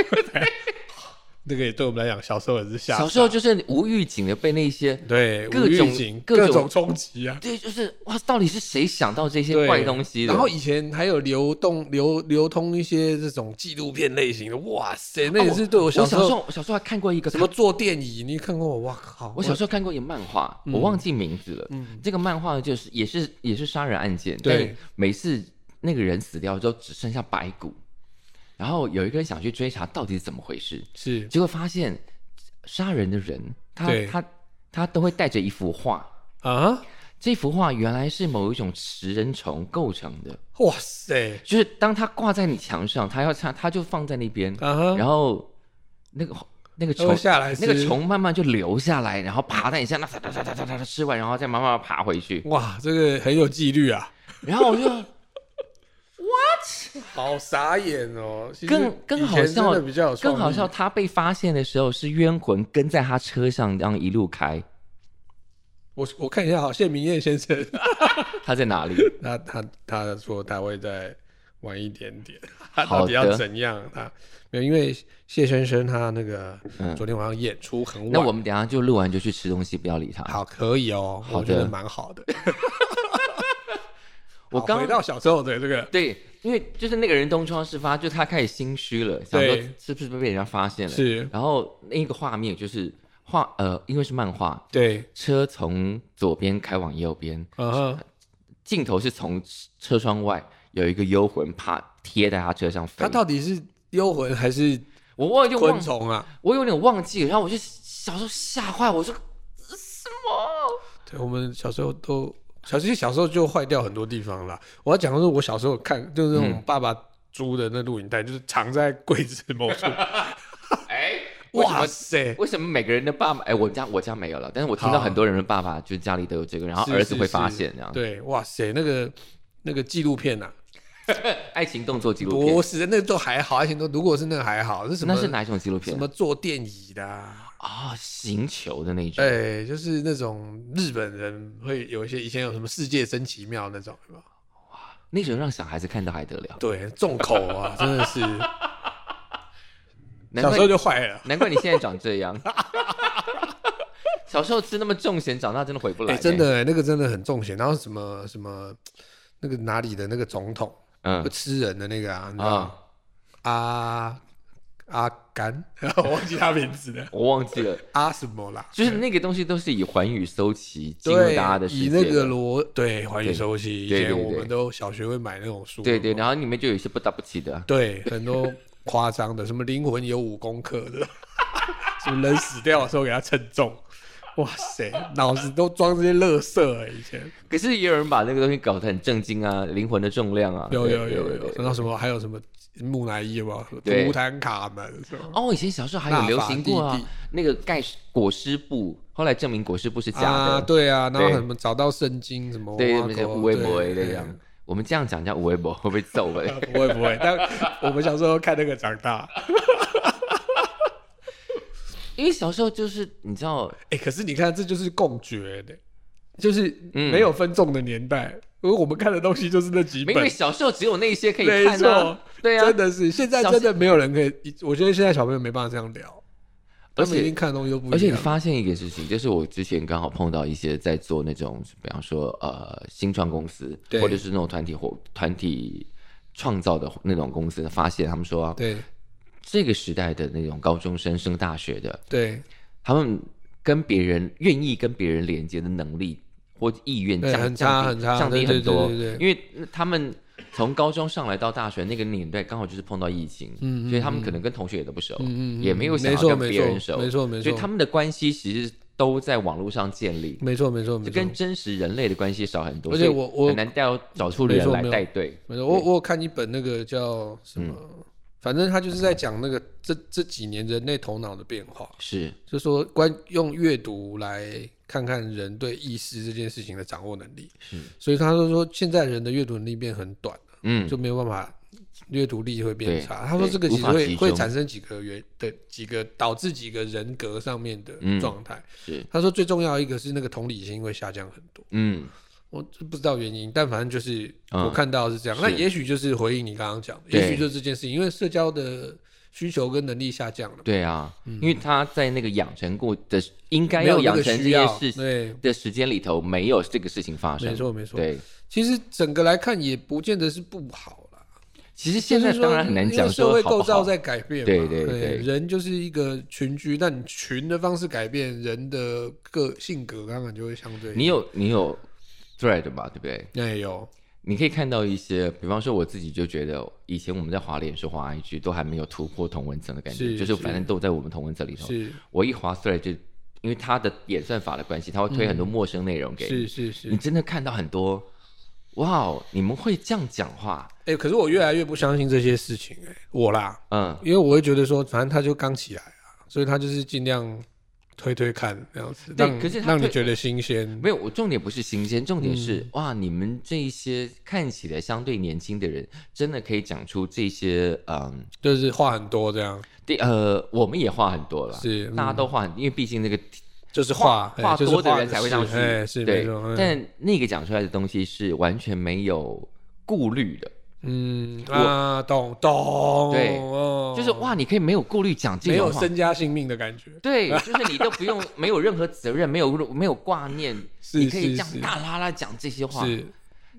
[SPEAKER 1] 那个也对我们来讲，小时候也是吓傻。
[SPEAKER 2] 小时候就是无预警的被那些
[SPEAKER 1] 对
[SPEAKER 2] 各种
[SPEAKER 1] 无预警
[SPEAKER 2] 各种
[SPEAKER 1] 各种冲击啊，
[SPEAKER 2] 对，就是哇，到底是谁想到这些
[SPEAKER 1] 对
[SPEAKER 2] 怪东西的？
[SPEAKER 1] 然后以前还有流动流流通一些这种纪录片类型的，哇塞，那也是对我
[SPEAKER 2] 啊我
[SPEAKER 1] 小
[SPEAKER 2] 小
[SPEAKER 1] 时
[SPEAKER 2] 时
[SPEAKER 1] 候
[SPEAKER 2] 候小时候还看过一个
[SPEAKER 1] 什么坐电椅，你看过我？哇靠！
[SPEAKER 2] 我小时候看过一个漫画，
[SPEAKER 1] 嗯
[SPEAKER 2] 我忘记名字了。这个漫画就是也是也是杀人案件，
[SPEAKER 1] 对，
[SPEAKER 2] 每次那个人死掉之后只剩下白骨，然后有一个人想去追查到底是怎么回事，
[SPEAKER 1] 是
[SPEAKER 2] 结果发现杀人的人他
[SPEAKER 1] 对
[SPEAKER 2] 他他都会带着一幅画，
[SPEAKER 1] 啊，
[SPEAKER 2] 这幅画原来是某一种食人虫构成的，
[SPEAKER 1] 哇塞
[SPEAKER 2] 就是当它挂在你墙上，它要它它就放在那边，
[SPEAKER 1] 啊哈，
[SPEAKER 2] 然后那个那个
[SPEAKER 1] 它
[SPEAKER 2] 虫
[SPEAKER 1] 会下来吃
[SPEAKER 2] 那个虫慢慢就流下来，然后爬在你身上，哒哒哒哒哒哒哒吃完，然后再慢慢爬回去。
[SPEAKER 1] 哇，这个很有纪律啊，
[SPEAKER 2] 然后我就
[SPEAKER 1] 好傻眼哦。其实
[SPEAKER 2] 更更
[SPEAKER 1] 以
[SPEAKER 2] 好
[SPEAKER 1] 前真
[SPEAKER 2] 笑
[SPEAKER 1] 的比较有，创
[SPEAKER 2] 更
[SPEAKER 1] 意
[SPEAKER 2] 好笑。他被发现的时候是冤魂跟在他车上，这样一路开。
[SPEAKER 1] 我我看一下哈，谢明燕先生，
[SPEAKER 2] 他在哪里？
[SPEAKER 1] 他他他说他会再晚一点 点，他
[SPEAKER 2] 好
[SPEAKER 1] 到底要
[SPEAKER 2] 的
[SPEAKER 1] 怎样？他没有，因为谢先生他那个
[SPEAKER 2] 嗯
[SPEAKER 1] 昨天晚上演出很晚，
[SPEAKER 2] 那我们等一下就录完就去吃东西，不要理他。
[SPEAKER 1] 好可以哦，
[SPEAKER 2] 好
[SPEAKER 1] 我觉得
[SPEAKER 2] 的
[SPEAKER 1] 蛮好的。
[SPEAKER 2] 我
[SPEAKER 1] 好
[SPEAKER 2] 刚
[SPEAKER 1] 回到小时候的这个
[SPEAKER 2] 对，因为就是那个人东窗事发，就他开始心虚了，想说
[SPEAKER 1] 对
[SPEAKER 2] 是不是被人家发现了？
[SPEAKER 1] 是
[SPEAKER 2] 然后那个画面就是画呃，因为是漫画，
[SPEAKER 1] 对，
[SPEAKER 2] 车从左边开往右边，
[SPEAKER 1] 嗯哼。
[SPEAKER 2] 镜头是从车窗外有一个幽魂爬贴在他车上飞
[SPEAKER 1] 他。到底是幽魂还是
[SPEAKER 2] 我我有点
[SPEAKER 1] 昆
[SPEAKER 2] 忘，
[SPEAKER 1] 虫啊？
[SPEAKER 2] 我有点忘记了，然后我就小时候吓坏，我说这是什么？
[SPEAKER 1] 对，我们小时候都小时候小时候就坏掉很多地方啦。我要讲的是，我小时候看就是那
[SPEAKER 2] 嗯
[SPEAKER 1] 种爸爸租的那录影带，就是藏在柜子某 处。
[SPEAKER 2] 哎，为什
[SPEAKER 1] 哇
[SPEAKER 2] 么？
[SPEAKER 1] 塞！
[SPEAKER 2] 为什么每个人的爸爸？哎，我家我家没有了，但是我听
[SPEAKER 1] 好
[SPEAKER 2] 到很多人的爸爸就家里都有这个，然后
[SPEAKER 1] 是
[SPEAKER 2] 啊儿子
[SPEAKER 1] 是
[SPEAKER 2] 会发
[SPEAKER 1] 是
[SPEAKER 2] 现这样。
[SPEAKER 1] 对，哇塞，那个那个纪录片呐、啊，
[SPEAKER 2] 爱情动作纪录片
[SPEAKER 1] 不，是那都还好，而且都如果是那个还好，是什么？
[SPEAKER 2] 那是哪一种纪录片
[SPEAKER 1] 什？么坐电椅的、啊？
[SPEAKER 2] 啊，行球的那种
[SPEAKER 1] 哎、。就是那种日本人会有一些以前有什么世界真奇妙那种，有没有
[SPEAKER 2] 那种让小孩子看到还得了？
[SPEAKER 1] 对，重口啊，真的是。
[SPEAKER 2] 难
[SPEAKER 1] 小
[SPEAKER 2] 怪
[SPEAKER 1] 时候就坏了。
[SPEAKER 2] 难怪你现在长这样。小时候吃那么重咸，长大真的回不来、
[SPEAKER 1] 哎、真，的、欸，那个真的很重险。然后什么什么，那个哪里的那个总统
[SPEAKER 2] 嗯
[SPEAKER 1] 不吃人的那个啊，你知道吗？
[SPEAKER 2] 啊，
[SPEAKER 1] 阿阿甘， 我忘记他名字了，
[SPEAKER 2] 我忘记了，
[SPEAKER 1] 阿什么啦？
[SPEAKER 2] 就是那个东西都是以环宇搜奇进入
[SPEAKER 1] 对，
[SPEAKER 2] 大家的世界
[SPEAKER 1] 以
[SPEAKER 2] 的。
[SPEAKER 1] 那个罗对环宇收集，以
[SPEAKER 2] 对
[SPEAKER 1] 前
[SPEAKER 2] 对对
[SPEAKER 1] 我们都小学会买那种书，
[SPEAKER 2] 对对，
[SPEAKER 1] 有没有
[SPEAKER 2] 然后里面就有一些不搭不起的，
[SPEAKER 1] 对很多夸张的，什么灵魂有武功课的，什么人死掉的时候给他称重，哇塞，脑子都装这些乐色、欸，以前。
[SPEAKER 2] 可是也有人把那个东西搞得很正经啊，灵魂的重量啊，
[SPEAKER 1] 有
[SPEAKER 2] 对
[SPEAKER 1] 有
[SPEAKER 2] 对
[SPEAKER 1] 有
[SPEAKER 2] 对
[SPEAKER 1] 有，
[SPEAKER 2] 对
[SPEAKER 1] 然后什么还有什么木乃伊嘛，什么
[SPEAKER 2] 对
[SPEAKER 1] 图坦卡门是吧？
[SPEAKER 2] 哦，我以前小时候还有流行过
[SPEAKER 1] 纳法
[SPEAKER 2] 啊
[SPEAKER 1] 蒂蒂，
[SPEAKER 2] 那个盖裹尸布，后来证明裹尸布是假
[SPEAKER 1] 啊，
[SPEAKER 2] 的，
[SPEAKER 1] 对啊，然后
[SPEAKER 2] 对
[SPEAKER 1] 什么找到圣经什么，
[SPEAKER 2] 对，
[SPEAKER 1] 挖
[SPEAKER 2] 那些
[SPEAKER 1] 沟
[SPEAKER 2] 无微博
[SPEAKER 1] 对啊
[SPEAKER 2] 的这样。我们这样讲人家无微博会被 揍吧？
[SPEAKER 1] 不会不会，但我们小时候看那个长大，
[SPEAKER 2] 因为小时候就是你知道，
[SPEAKER 1] 哎，可是你看这就是共觉的，就是
[SPEAKER 2] 嗯
[SPEAKER 1] 没有分众的年代，因为我们看的东西就是那几
[SPEAKER 2] 因为
[SPEAKER 1] 本，
[SPEAKER 2] 小时候只有那些可以
[SPEAKER 1] 没
[SPEAKER 2] 看啊
[SPEAKER 1] 错，，
[SPEAKER 2] 对啊
[SPEAKER 1] 真，的是现在
[SPEAKER 2] 小
[SPEAKER 1] 真的没有人可以，我觉得现在小朋友没办法这样聊，他
[SPEAKER 2] 而
[SPEAKER 1] 们一
[SPEAKER 2] 且
[SPEAKER 1] 定看的东西都不一样。
[SPEAKER 2] 而且你发现一个事情，就是我之前刚好碰到一些在做那种，比方说呃新创公司，
[SPEAKER 1] 对
[SPEAKER 2] 或者是那种团体活团体创造的那种公司，发现他们说、啊，
[SPEAKER 1] 对
[SPEAKER 2] 这个时代的那种高中生升大学的，
[SPEAKER 1] 对
[SPEAKER 2] 他们跟别人愿意跟别人连接的能力或意愿
[SPEAKER 1] 对
[SPEAKER 2] 降
[SPEAKER 1] 很
[SPEAKER 2] 降
[SPEAKER 1] 差
[SPEAKER 2] 低
[SPEAKER 1] 很差
[SPEAKER 2] 降低
[SPEAKER 1] 对
[SPEAKER 2] 很
[SPEAKER 1] 对
[SPEAKER 2] 多，
[SPEAKER 1] 对对对
[SPEAKER 2] 因为他们从高中上来到大学那个年代，刚好就是碰到疫情，
[SPEAKER 1] 嗯嗯
[SPEAKER 2] 所以他们可能跟同学也都不熟，
[SPEAKER 1] 嗯嗯嗯
[SPEAKER 2] 也没有想
[SPEAKER 1] 没错
[SPEAKER 2] 要跟
[SPEAKER 1] 没
[SPEAKER 2] 别
[SPEAKER 1] 错
[SPEAKER 2] 人熟，
[SPEAKER 1] 没错没
[SPEAKER 2] 所以
[SPEAKER 1] 错
[SPEAKER 2] 他们的关系其实都在网络上建立。
[SPEAKER 1] 没错没错没
[SPEAKER 2] 就
[SPEAKER 1] 错。
[SPEAKER 2] 跟真实人类的关系少很多，
[SPEAKER 1] 而且
[SPEAKER 2] 所以
[SPEAKER 1] 我我
[SPEAKER 2] 很难调找出
[SPEAKER 1] 没
[SPEAKER 2] 人
[SPEAKER 1] 错
[SPEAKER 2] 来
[SPEAKER 1] 没有
[SPEAKER 2] 带队。
[SPEAKER 1] 没错，我我有看一本那个叫什么，
[SPEAKER 2] 嗯
[SPEAKER 1] 反正他就是在讲那个这这几年人类头脑的变化，
[SPEAKER 2] 是
[SPEAKER 1] 就说关用阅读来看看人对意识这件事情的掌握能力。
[SPEAKER 2] 是，
[SPEAKER 1] 所以他就说现在人的阅读能力变很短，
[SPEAKER 2] 嗯，
[SPEAKER 1] 就没有办法。阅读力会变
[SPEAKER 2] 对
[SPEAKER 1] 差，他说
[SPEAKER 2] 对
[SPEAKER 1] 这个其实
[SPEAKER 2] 无法
[SPEAKER 1] 会
[SPEAKER 2] 集
[SPEAKER 1] 会
[SPEAKER 2] 中
[SPEAKER 1] 产生几个原的几个导致几个人格上面的
[SPEAKER 2] 嗯
[SPEAKER 1] 状态。
[SPEAKER 2] 是，
[SPEAKER 1] 他说最重要一个是那个同理心会下降很多，
[SPEAKER 2] 嗯，
[SPEAKER 1] 我不知道原因，但反正就是
[SPEAKER 2] 嗯
[SPEAKER 1] 我看到是这样。那
[SPEAKER 2] 是
[SPEAKER 1] 也许就是回应你刚刚讲的，
[SPEAKER 2] 对
[SPEAKER 1] 也许就是这件事情，因为社交的需求跟能力下降了，
[SPEAKER 2] 对啊，因为他在那个养成过的应该
[SPEAKER 1] 嗯没有
[SPEAKER 2] 要
[SPEAKER 1] 那
[SPEAKER 2] 养
[SPEAKER 1] 个
[SPEAKER 2] 成
[SPEAKER 1] 需
[SPEAKER 2] 这些
[SPEAKER 1] 要。
[SPEAKER 2] 事情。
[SPEAKER 1] 对，
[SPEAKER 2] 的时间里头没有这个事情发生。
[SPEAKER 1] 没错没错。
[SPEAKER 2] 对，
[SPEAKER 1] 其实整个来看也不见得是不好啦。
[SPEAKER 2] 其实现在
[SPEAKER 1] 就是说
[SPEAKER 2] 当然很难
[SPEAKER 1] 因
[SPEAKER 2] 讲
[SPEAKER 1] 为社会
[SPEAKER 2] 好
[SPEAKER 1] 构
[SPEAKER 2] 不
[SPEAKER 1] 造
[SPEAKER 2] 好。
[SPEAKER 1] 在改变嘛，
[SPEAKER 2] 对对对
[SPEAKER 1] 人就是一个群居，但你群的方式改变，人的个性格当然就会相对。
[SPEAKER 2] 你有你有 thread 吧，对不对？
[SPEAKER 1] 哎有
[SPEAKER 2] 你可以看到一些，比方说我自己就觉得，以前我们在滑脸书、滑 IG 都还没有突破同文层的感觉，
[SPEAKER 1] 是
[SPEAKER 2] 就
[SPEAKER 1] 是
[SPEAKER 2] 是反正都在我们同文层里头。
[SPEAKER 1] 是
[SPEAKER 2] 我一滑 thread 就，因为它的演算法的关系，它会推很多陌生内容给
[SPEAKER 1] 嗯
[SPEAKER 2] 你，
[SPEAKER 1] 是是是
[SPEAKER 2] 你，真的看到很多，哇哦，你们会这样讲话，
[SPEAKER 1] 哎、可是我越来越不相信这些事情、哎，我啦，
[SPEAKER 2] 嗯，
[SPEAKER 1] 因为我会觉得说，反正他就刚起来啊，所以他就是尽量推推看这样子，
[SPEAKER 2] 对
[SPEAKER 1] 让
[SPEAKER 2] 可是他
[SPEAKER 1] 让你
[SPEAKER 2] 推
[SPEAKER 1] 觉得新鲜。
[SPEAKER 2] 没有，我重点不是新鲜，重点
[SPEAKER 1] 嗯
[SPEAKER 2] 是、哇，你们这一些看起来相对年轻的人，真的可以讲出这些嗯，
[SPEAKER 1] 就是话很多这样，
[SPEAKER 2] 第呃，我们也话很多了，
[SPEAKER 1] 是
[SPEAKER 2] 大家
[SPEAKER 1] 嗯
[SPEAKER 2] 都话很，因为毕竟那个
[SPEAKER 1] 就是话哎
[SPEAKER 2] 话
[SPEAKER 1] 就是
[SPEAKER 2] 多的
[SPEAKER 1] 话
[SPEAKER 2] 人才会上去，
[SPEAKER 1] 事哎，是没
[SPEAKER 2] 对
[SPEAKER 1] 错。嗯，
[SPEAKER 2] 但那个讲出来的东西是完全没有顾虑的，
[SPEAKER 1] 嗯
[SPEAKER 2] 我
[SPEAKER 1] 啊，懂懂，
[SPEAKER 2] 对
[SPEAKER 1] 哦
[SPEAKER 2] 就是哇，你可以没有顾虑讲这
[SPEAKER 1] 没
[SPEAKER 2] 种
[SPEAKER 1] 有
[SPEAKER 2] 话。
[SPEAKER 1] 身家性命的感觉，
[SPEAKER 2] 对，就是你都不用，没有任何责任，没有没有挂念，
[SPEAKER 1] 是
[SPEAKER 2] 你可以
[SPEAKER 1] 是
[SPEAKER 2] 这样
[SPEAKER 1] 是
[SPEAKER 2] 大啦啦讲这些话，
[SPEAKER 1] 是。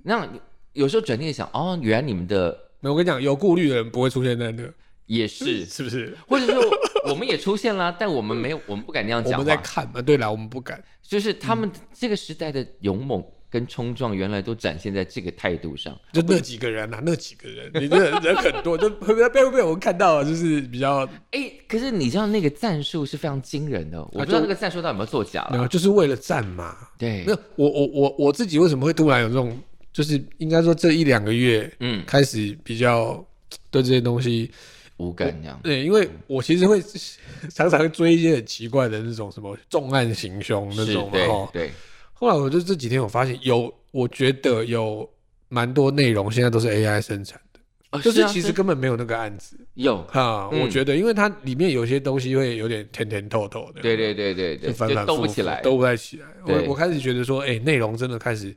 [SPEAKER 2] 那你有时候转念想，哦，原来你们的
[SPEAKER 1] 没有我跟你讲，有顾虑的人不会出现在那，
[SPEAKER 2] 也是，
[SPEAKER 1] 是不是？
[SPEAKER 2] 或者说我们也出现了，啊但我们没有，我们不敢那样
[SPEAKER 1] 我
[SPEAKER 2] 讲
[SPEAKER 1] 们在
[SPEAKER 2] 话。
[SPEAKER 1] 看嘛，嗯对啦，我们不敢，
[SPEAKER 2] 就是他们这个时代的勇猛跟冲撞，原来都展现在这个态度上。
[SPEAKER 1] 就那几个人啊，那几个人，你这人很多，就会被被被我们看到了，就是比较
[SPEAKER 2] 哎，可是你知道那个战术是非常惊人
[SPEAKER 1] 啊
[SPEAKER 2] 的，我不知道那个战术到底有没有作假
[SPEAKER 1] 没
[SPEAKER 2] 了。
[SPEAKER 1] 有，就是为了战嘛。
[SPEAKER 2] 对
[SPEAKER 1] 没，有，我我我我自己为什么会突然有这种，就是应该说这一两个月
[SPEAKER 2] 嗯，
[SPEAKER 1] 开始比较对这些东西，
[SPEAKER 2] 无感这样。
[SPEAKER 1] 对，因为我其实会 常常追一些很奇怪的那种什么重案行凶那
[SPEAKER 2] 是
[SPEAKER 1] 种哦啊嘛
[SPEAKER 2] 对
[SPEAKER 1] 哈。
[SPEAKER 2] 对，
[SPEAKER 1] 后来我就这几天我发现有，我觉得有蛮多内容现在都是 AI 生产的，
[SPEAKER 2] 哦
[SPEAKER 1] 就是
[SPEAKER 2] 啊
[SPEAKER 1] 其实根本没有那个案子
[SPEAKER 2] 有，
[SPEAKER 1] 哈。
[SPEAKER 2] 嗯
[SPEAKER 1] 我觉得，因为它里面有些东西会有点甜甜透透的，
[SPEAKER 2] 对对对对对，
[SPEAKER 1] 就反反复
[SPEAKER 2] 就斗
[SPEAKER 1] 复
[SPEAKER 2] 不起来。
[SPEAKER 1] 斗不太起来。
[SPEAKER 2] 对
[SPEAKER 1] 我我开始觉得说，哎、内容真的开始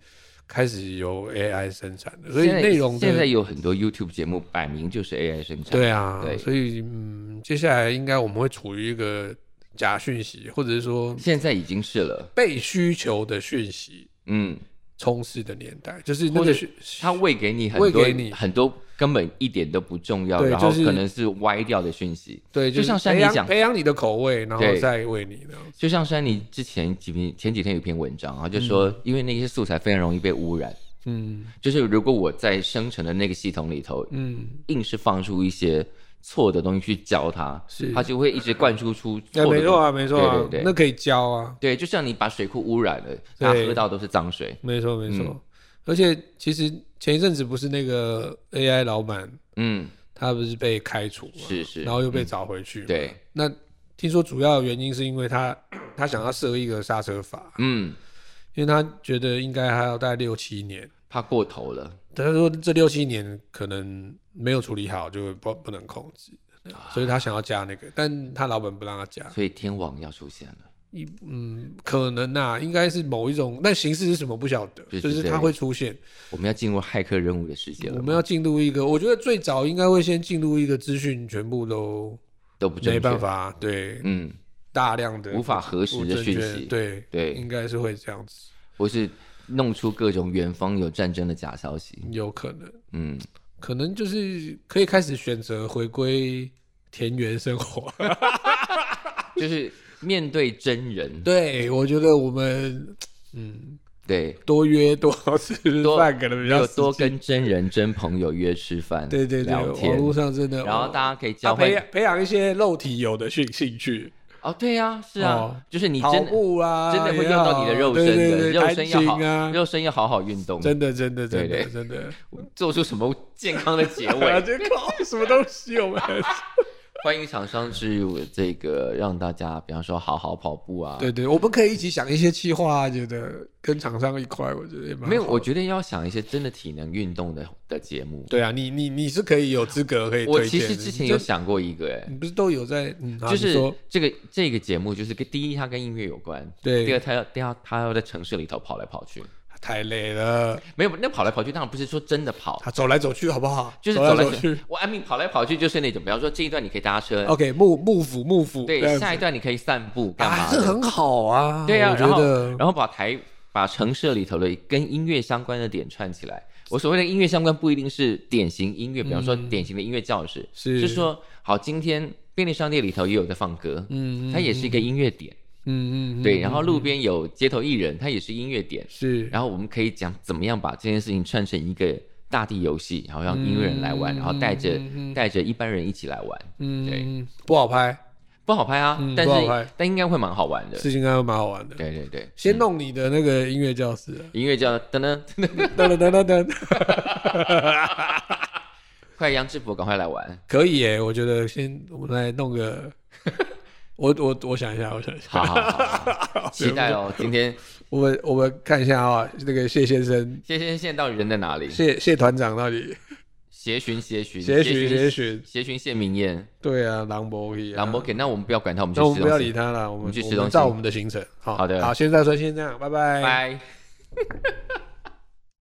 [SPEAKER 1] 开始由 AI 生产的，所以
[SPEAKER 2] 现在
[SPEAKER 1] 内容
[SPEAKER 2] 现在
[SPEAKER 1] 的
[SPEAKER 2] 有很多 YouTube 节目，摆明就是 AI 生产。
[SPEAKER 1] 对啊，
[SPEAKER 2] 对
[SPEAKER 1] 所以嗯，接下来应该我们会处于一个假讯息，或者是说
[SPEAKER 2] 现在已经是了。
[SPEAKER 1] 被需求的讯息
[SPEAKER 2] 嗯，
[SPEAKER 1] 充斥的年代，就是那
[SPEAKER 2] 或
[SPEAKER 1] 个
[SPEAKER 2] 者
[SPEAKER 1] 讯
[SPEAKER 2] 他喂给你很
[SPEAKER 1] 喂
[SPEAKER 2] 多
[SPEAKER 1] 给你
[SPEAKER 2] 很多根本一点都不重要，
[SPEAKER 1] 对
[SPEAKER 2] 然后
[SPEAKER 1] 就是
[SPEAKER 2] 可能是歪掉的讯息。
[SPEAKER 1] 对，
[SPEAKER 2] 就是像珊
[SPEAKER 1] 培
[SPEAKER 2] 妮
[SPEAKER 1] 养
[SPEAKER 2] 讲
[SPEAKER 1] 培养你的口味，然后
[SPEAKER 2] 对
[SPEAKER 1] 再喂你那样子。
[SPEAKER 2] 就像珊妮之前几篇前几天有一篇文章啊，就说因为那些素材非常容易被污染，
[SPEAKER 1] 嗯
[SPEAKER 2] 就是如果我在生成的那个系统里头，
[SPEAKER 1] 嗯，
[SPEAKER 2] 硬是放出一些错的东西去教它，
[SPEAKER 1] 是
[SPEAKER 2] 它就会一直灌输出
[SPEAKER 1] 哎、
[SPEAKER 2] 错的
[SPEAKER 1] 没错
[SPEAKER 2] 东西。
[SPEAKER 1] 啊，没错啊，
[SPEAKER 2] 对对对
[SPEAKER 1] 那可以教啊。
[SPEAKER 2] 对，就像你把水库污染了，它
[SPEAKER 1] 对
[SPEAKER 2] 喝到都是脏水。
[SPEAKER 1] 没错没错，
[SPEAKER 2] 嗯
[SPEAKER 1] 而且其实前一阵子不是那个 AI 老板
[SPEAKER 2] 嗯，
[SPEAKER 1] 他不是被开除嘛，
[SPEAKER 2] 是是嗯
[SPEAKER 1] 然后又被找回去、，
[SPEAKER 2] 对，
[SPEAKER 1] 那听说主要的原因是因为他 他想要设一个刹车法，
[SPEAKER 2] 嗯，
[SPEAKER 1] 因为他觉得应该还要待六七年，
[SPEAKER 2] 怕过头了。
[SPEAKER 1] 他说这六七年可能没有处理好就不不能控制，所以他想要加那个，但他老板不让他加，
[SPEAKER 2] 所以天王要出现了，
[SPEAKER 1] 嗯，可能啊，应该是某一种，但形式是什么不晓得，
[SPEAKER 2] 是
[SPEAKER 1] 就是
[SPEAKER 2] 是
[SPEAKER 1] 他
[SPEAKER 2] 对
[SPEAKER 1] 会出现。
[SPEAKER 2] 我们要进入骇客任务的世界了
[SPEAKER 1] 我
[SPEAKER 2] 吗，
[SPEAKER 1] 们要进入一个，我觉得最早应该会先进入一个资讯全部都
[SPEAKER 2] 都不
[SPEAKER 1] 没
[SPEAKER 2] 正确
[SPEAKER 1] 办。法，对，
[SPEAKER 2] 嗯，
[SPEAKER 1] 大量的
[SPEAKER 2] 无法核实的讯息，
[SPEAKER 1] 对
[SPEAKER 2] 对
[SPEAKER 1] 应该是会这样子，
[SPEAKER 2] 或是弄出各种远方有战争的假消息。
[SPEAKER 1] 有可能，
[SPEAKER 2] 嗯，
[SPEAKER 1] 可能就是可以开始选择回归田园生活。
[SPEAKER 2] 就是面对真人，
[SPEAKER 1] 对，我觉得我们嗯
[SPEAKER 2] 对，
[SPEAKER 1] 多约多吃
[SPEAKER 2] 多
[SPEAKER 1] 饭可能比较
[SPEAKER 2] 有
[SPEAKER 1] 实
[SPEAKER 2] 多
[SPEAKER 1] 际
[SPEAKER 2] 跟真人真朋友约吃饭，
[SPEAKER 1] 对对对，
[SPEAKER 2] 聊
[SPEAKER 1] 网
[SPEAKER 2] 天，
[SPEAKER 1] 络上真的，
[SPEAKER 2] 然后
[SPEAKER 1] 哦
[SPEAKER 2] 大家可以
[SPEAKER 1] 他
[SPEAKER 2] 交
[SPEAKER 1] 培
[SPEAKER 2] 换
[SPEAKER 1] 养培养一些肉体有的兴兴趣，
[SPEAKER 2] 哦，对呀、是啊，
[SPEAKER 1] 哦
[SPEAKER 2] 就是你
[SPEAKER 1] 跑
[SPEAKER 2] 真的
[SPEAKER 1] 步啊，
[SPEAKER 2] 真的会
[SPEAKER 1] 也
[SPEAKER 2] 用到你的
[SPEAKER 1] 好
[SPEAKER 2] 肉身
[SPEAKER 1] 对
[SPEAKER 2] 的，
[SPEAKER 1] 对对
[SPEAKER 2] 肉
[SPEAKER 1] 弹
[SPEAKER 2] 身要好，
[SPEAKER 1] 琴啊，
[SPEAKER 2] 肉身要好好运动，
[SPEAKER 1] 真的真的真
[SPEAKER 2] 对
[SPEAKER 1] 的
[SPEAKER 2] 对
[SPEAKER 1] 真的，
[SPEAKER 2] 做出什么健康 的结
[SPEAKER 1] 啊
[SPEAKER 2] 尾。
[SPEAKER 1] 这搞什么东西我们
[SPEAKER 2] 欢迎厂商植入这个，让大家比方说好好跑步啊，
[SPEAKER 1] 对对，我们可以一起想一些计划啊，觉得跟厂商一块，我觉得也蛮好
[SPEAKER 2] 没有，我觉得要想一些真的体能运动的的节目。
[SPEAKER 1] 对啊，你你你是可以有资格可以
[SPEAKER 2] 我
[SPEAKER 1] 推
[SPEAKER 2] 其
[SPEAKER 1] 荐的，
[SPEAKER 2] 实之前
[SPEAKER 1] 你就
[SPEAKER 2] 有想过一个、欸，
[SPEAKER 1] 你不是都有在，嗯，啊
[SPEAKER 2] 就
[SPEAKER 1] 你
[SPEAKER 2] 是
[SPEAKER 1] 说
[SPEAKER 2] 这个这个节目，就是跟第一它跟音乐有关，第二
[SPEAKER 1] 对，
[SPEAKER 2] 它要第二它要在城市里头跑来跑去，
[SPEAKER 1] 太累了，
[SPEAKER 2] 没有那跑来跑去，当然不是说真的跑，
[SPEAKER 1] 他走来走去好不好？
[SPEAKER 2] 就是
[SPEAKER 1] 走
[SPEAKER 2] 走来
[SPEAKER 1] 走去。
[SPEAKER 2] 我 I mean 跑来跑去就是那种，比方说这一段你可以搭车，
[SPEAKER 1] OK，幕幕府幕府，这
[SPEAKER 2] 对，
[SPEAKER 1] 样
[SPEAKER 2] 下一段你可以散步干
[SPEAKER 1] 啊，
[SPEAKER 2] 嘛
[SPEAKER 1] 这
[SPEAKER 2] 的？
[SPEAKER 1] 很好啊，
[SPEAKER 2] 对呀、
[SPEAKER 1] 我
[SPEAKER 2] 然
[SPEAKER 1] 觉
[SPEAKER 2] 后
[SPEAKER 1] 得
[SPEAKER 2] 然后把台把城市里头的跟音乐相关的点串起来。我所谓的音乐相关不一定是典型音乐，比方说典型的音乐教室，
[SPEAKER 1] 嗯是
[SPEAKER 2] 就是说好，今天便利商店里头也有在放歌，
[SPEAKER 1] 嗯嗯
[SPEAKER 2] 它也是一个音乐点，
[SPEAKER 1] 嗯嗯，嗯
[SPEAKER 2] 对。然后路边有街头艺人，它也是音乐点。
[SPEAKER 1] 是
[SPEAKER 2] 然后我们可以讲怎么样把这件事情串成一个大地游戏，然后让音乐人来玩，
[SPEAKER 1] 嗯
[SPEAKER 2] 然后带着
[SPEAKER 1] 嗯
[SPEAKER 2] 带着一般人一起来玩，
[SPEAKER 1] 嗯，
[SPEAKER 2] 对
[SPEAKER 1] 嗯，不好拍，
[SPEAKER 2] 不好拍啊
[SPEAKER 1] 嗯，
[SPEAKER 2] 但
[SPEAKER 1] 不好拍
[SPEAKER 2] 是但应该会蛮好玩的。
[SPEAKER 1] 事情应该会蛮好玩的。
[SPEAKER 2] 对对对，
[SPEAKER 1] 先弄你的那个音乐教室，
[SPEAKER 2] 音乐叫噔噔噔
[SPEAKER 1] 噔噔
[SPEAKER 2] 噔，
[SPEAKER 1] 噔噔噔，
[SPEAKER 2] 快杨志博赶快来玩。
[SPEAKER 1] 可以耶！我觉得先我们来弄个， 我我我想一下，我想一下，
[SPEAKER 2] 好好好 好，期待哦！今天
[SPEAKER 1] 我们我们看一下啊，那个谢先生，
[SPEAKER 2] 谢先生现在到底人在哪里？
[SPEAKER 1] 谢谢团长到底
[SPEAKER 2] 协寻协寻
[SPEAKER 1] 协寻协
[SPEAKER 2] 协
[SPEAKER 1] 寻，
[SPEAKER 2] 协寻谢明燕，
[SPEAKER 1] 对啊，朗博一啊，
[SPEAKER 2] 兰博给，那我们不要管他，我们去
[SPEAKER 1] 那我们
[SPEAKER 2] 吃
[SPEAKER 1] 不要
[SPEAKER 2] 东
[SPEAKER 1] 理
[SPEAKER 2] 西。
[SPEAKER 1] 他了，我们
[SPEAKER 2] 我们去吃
[SPEAKER 1] 我
[SPEAKER 2] 东
[SPEAKER 1] 们
[SPEAKER 2] 西
[SPEAKER 1] 照我们的行程，好
[SPEAKER 2] 好的
[SPEAKER 1] 好，现在说先这样，拜拜
[SPEAKER 2] 拜。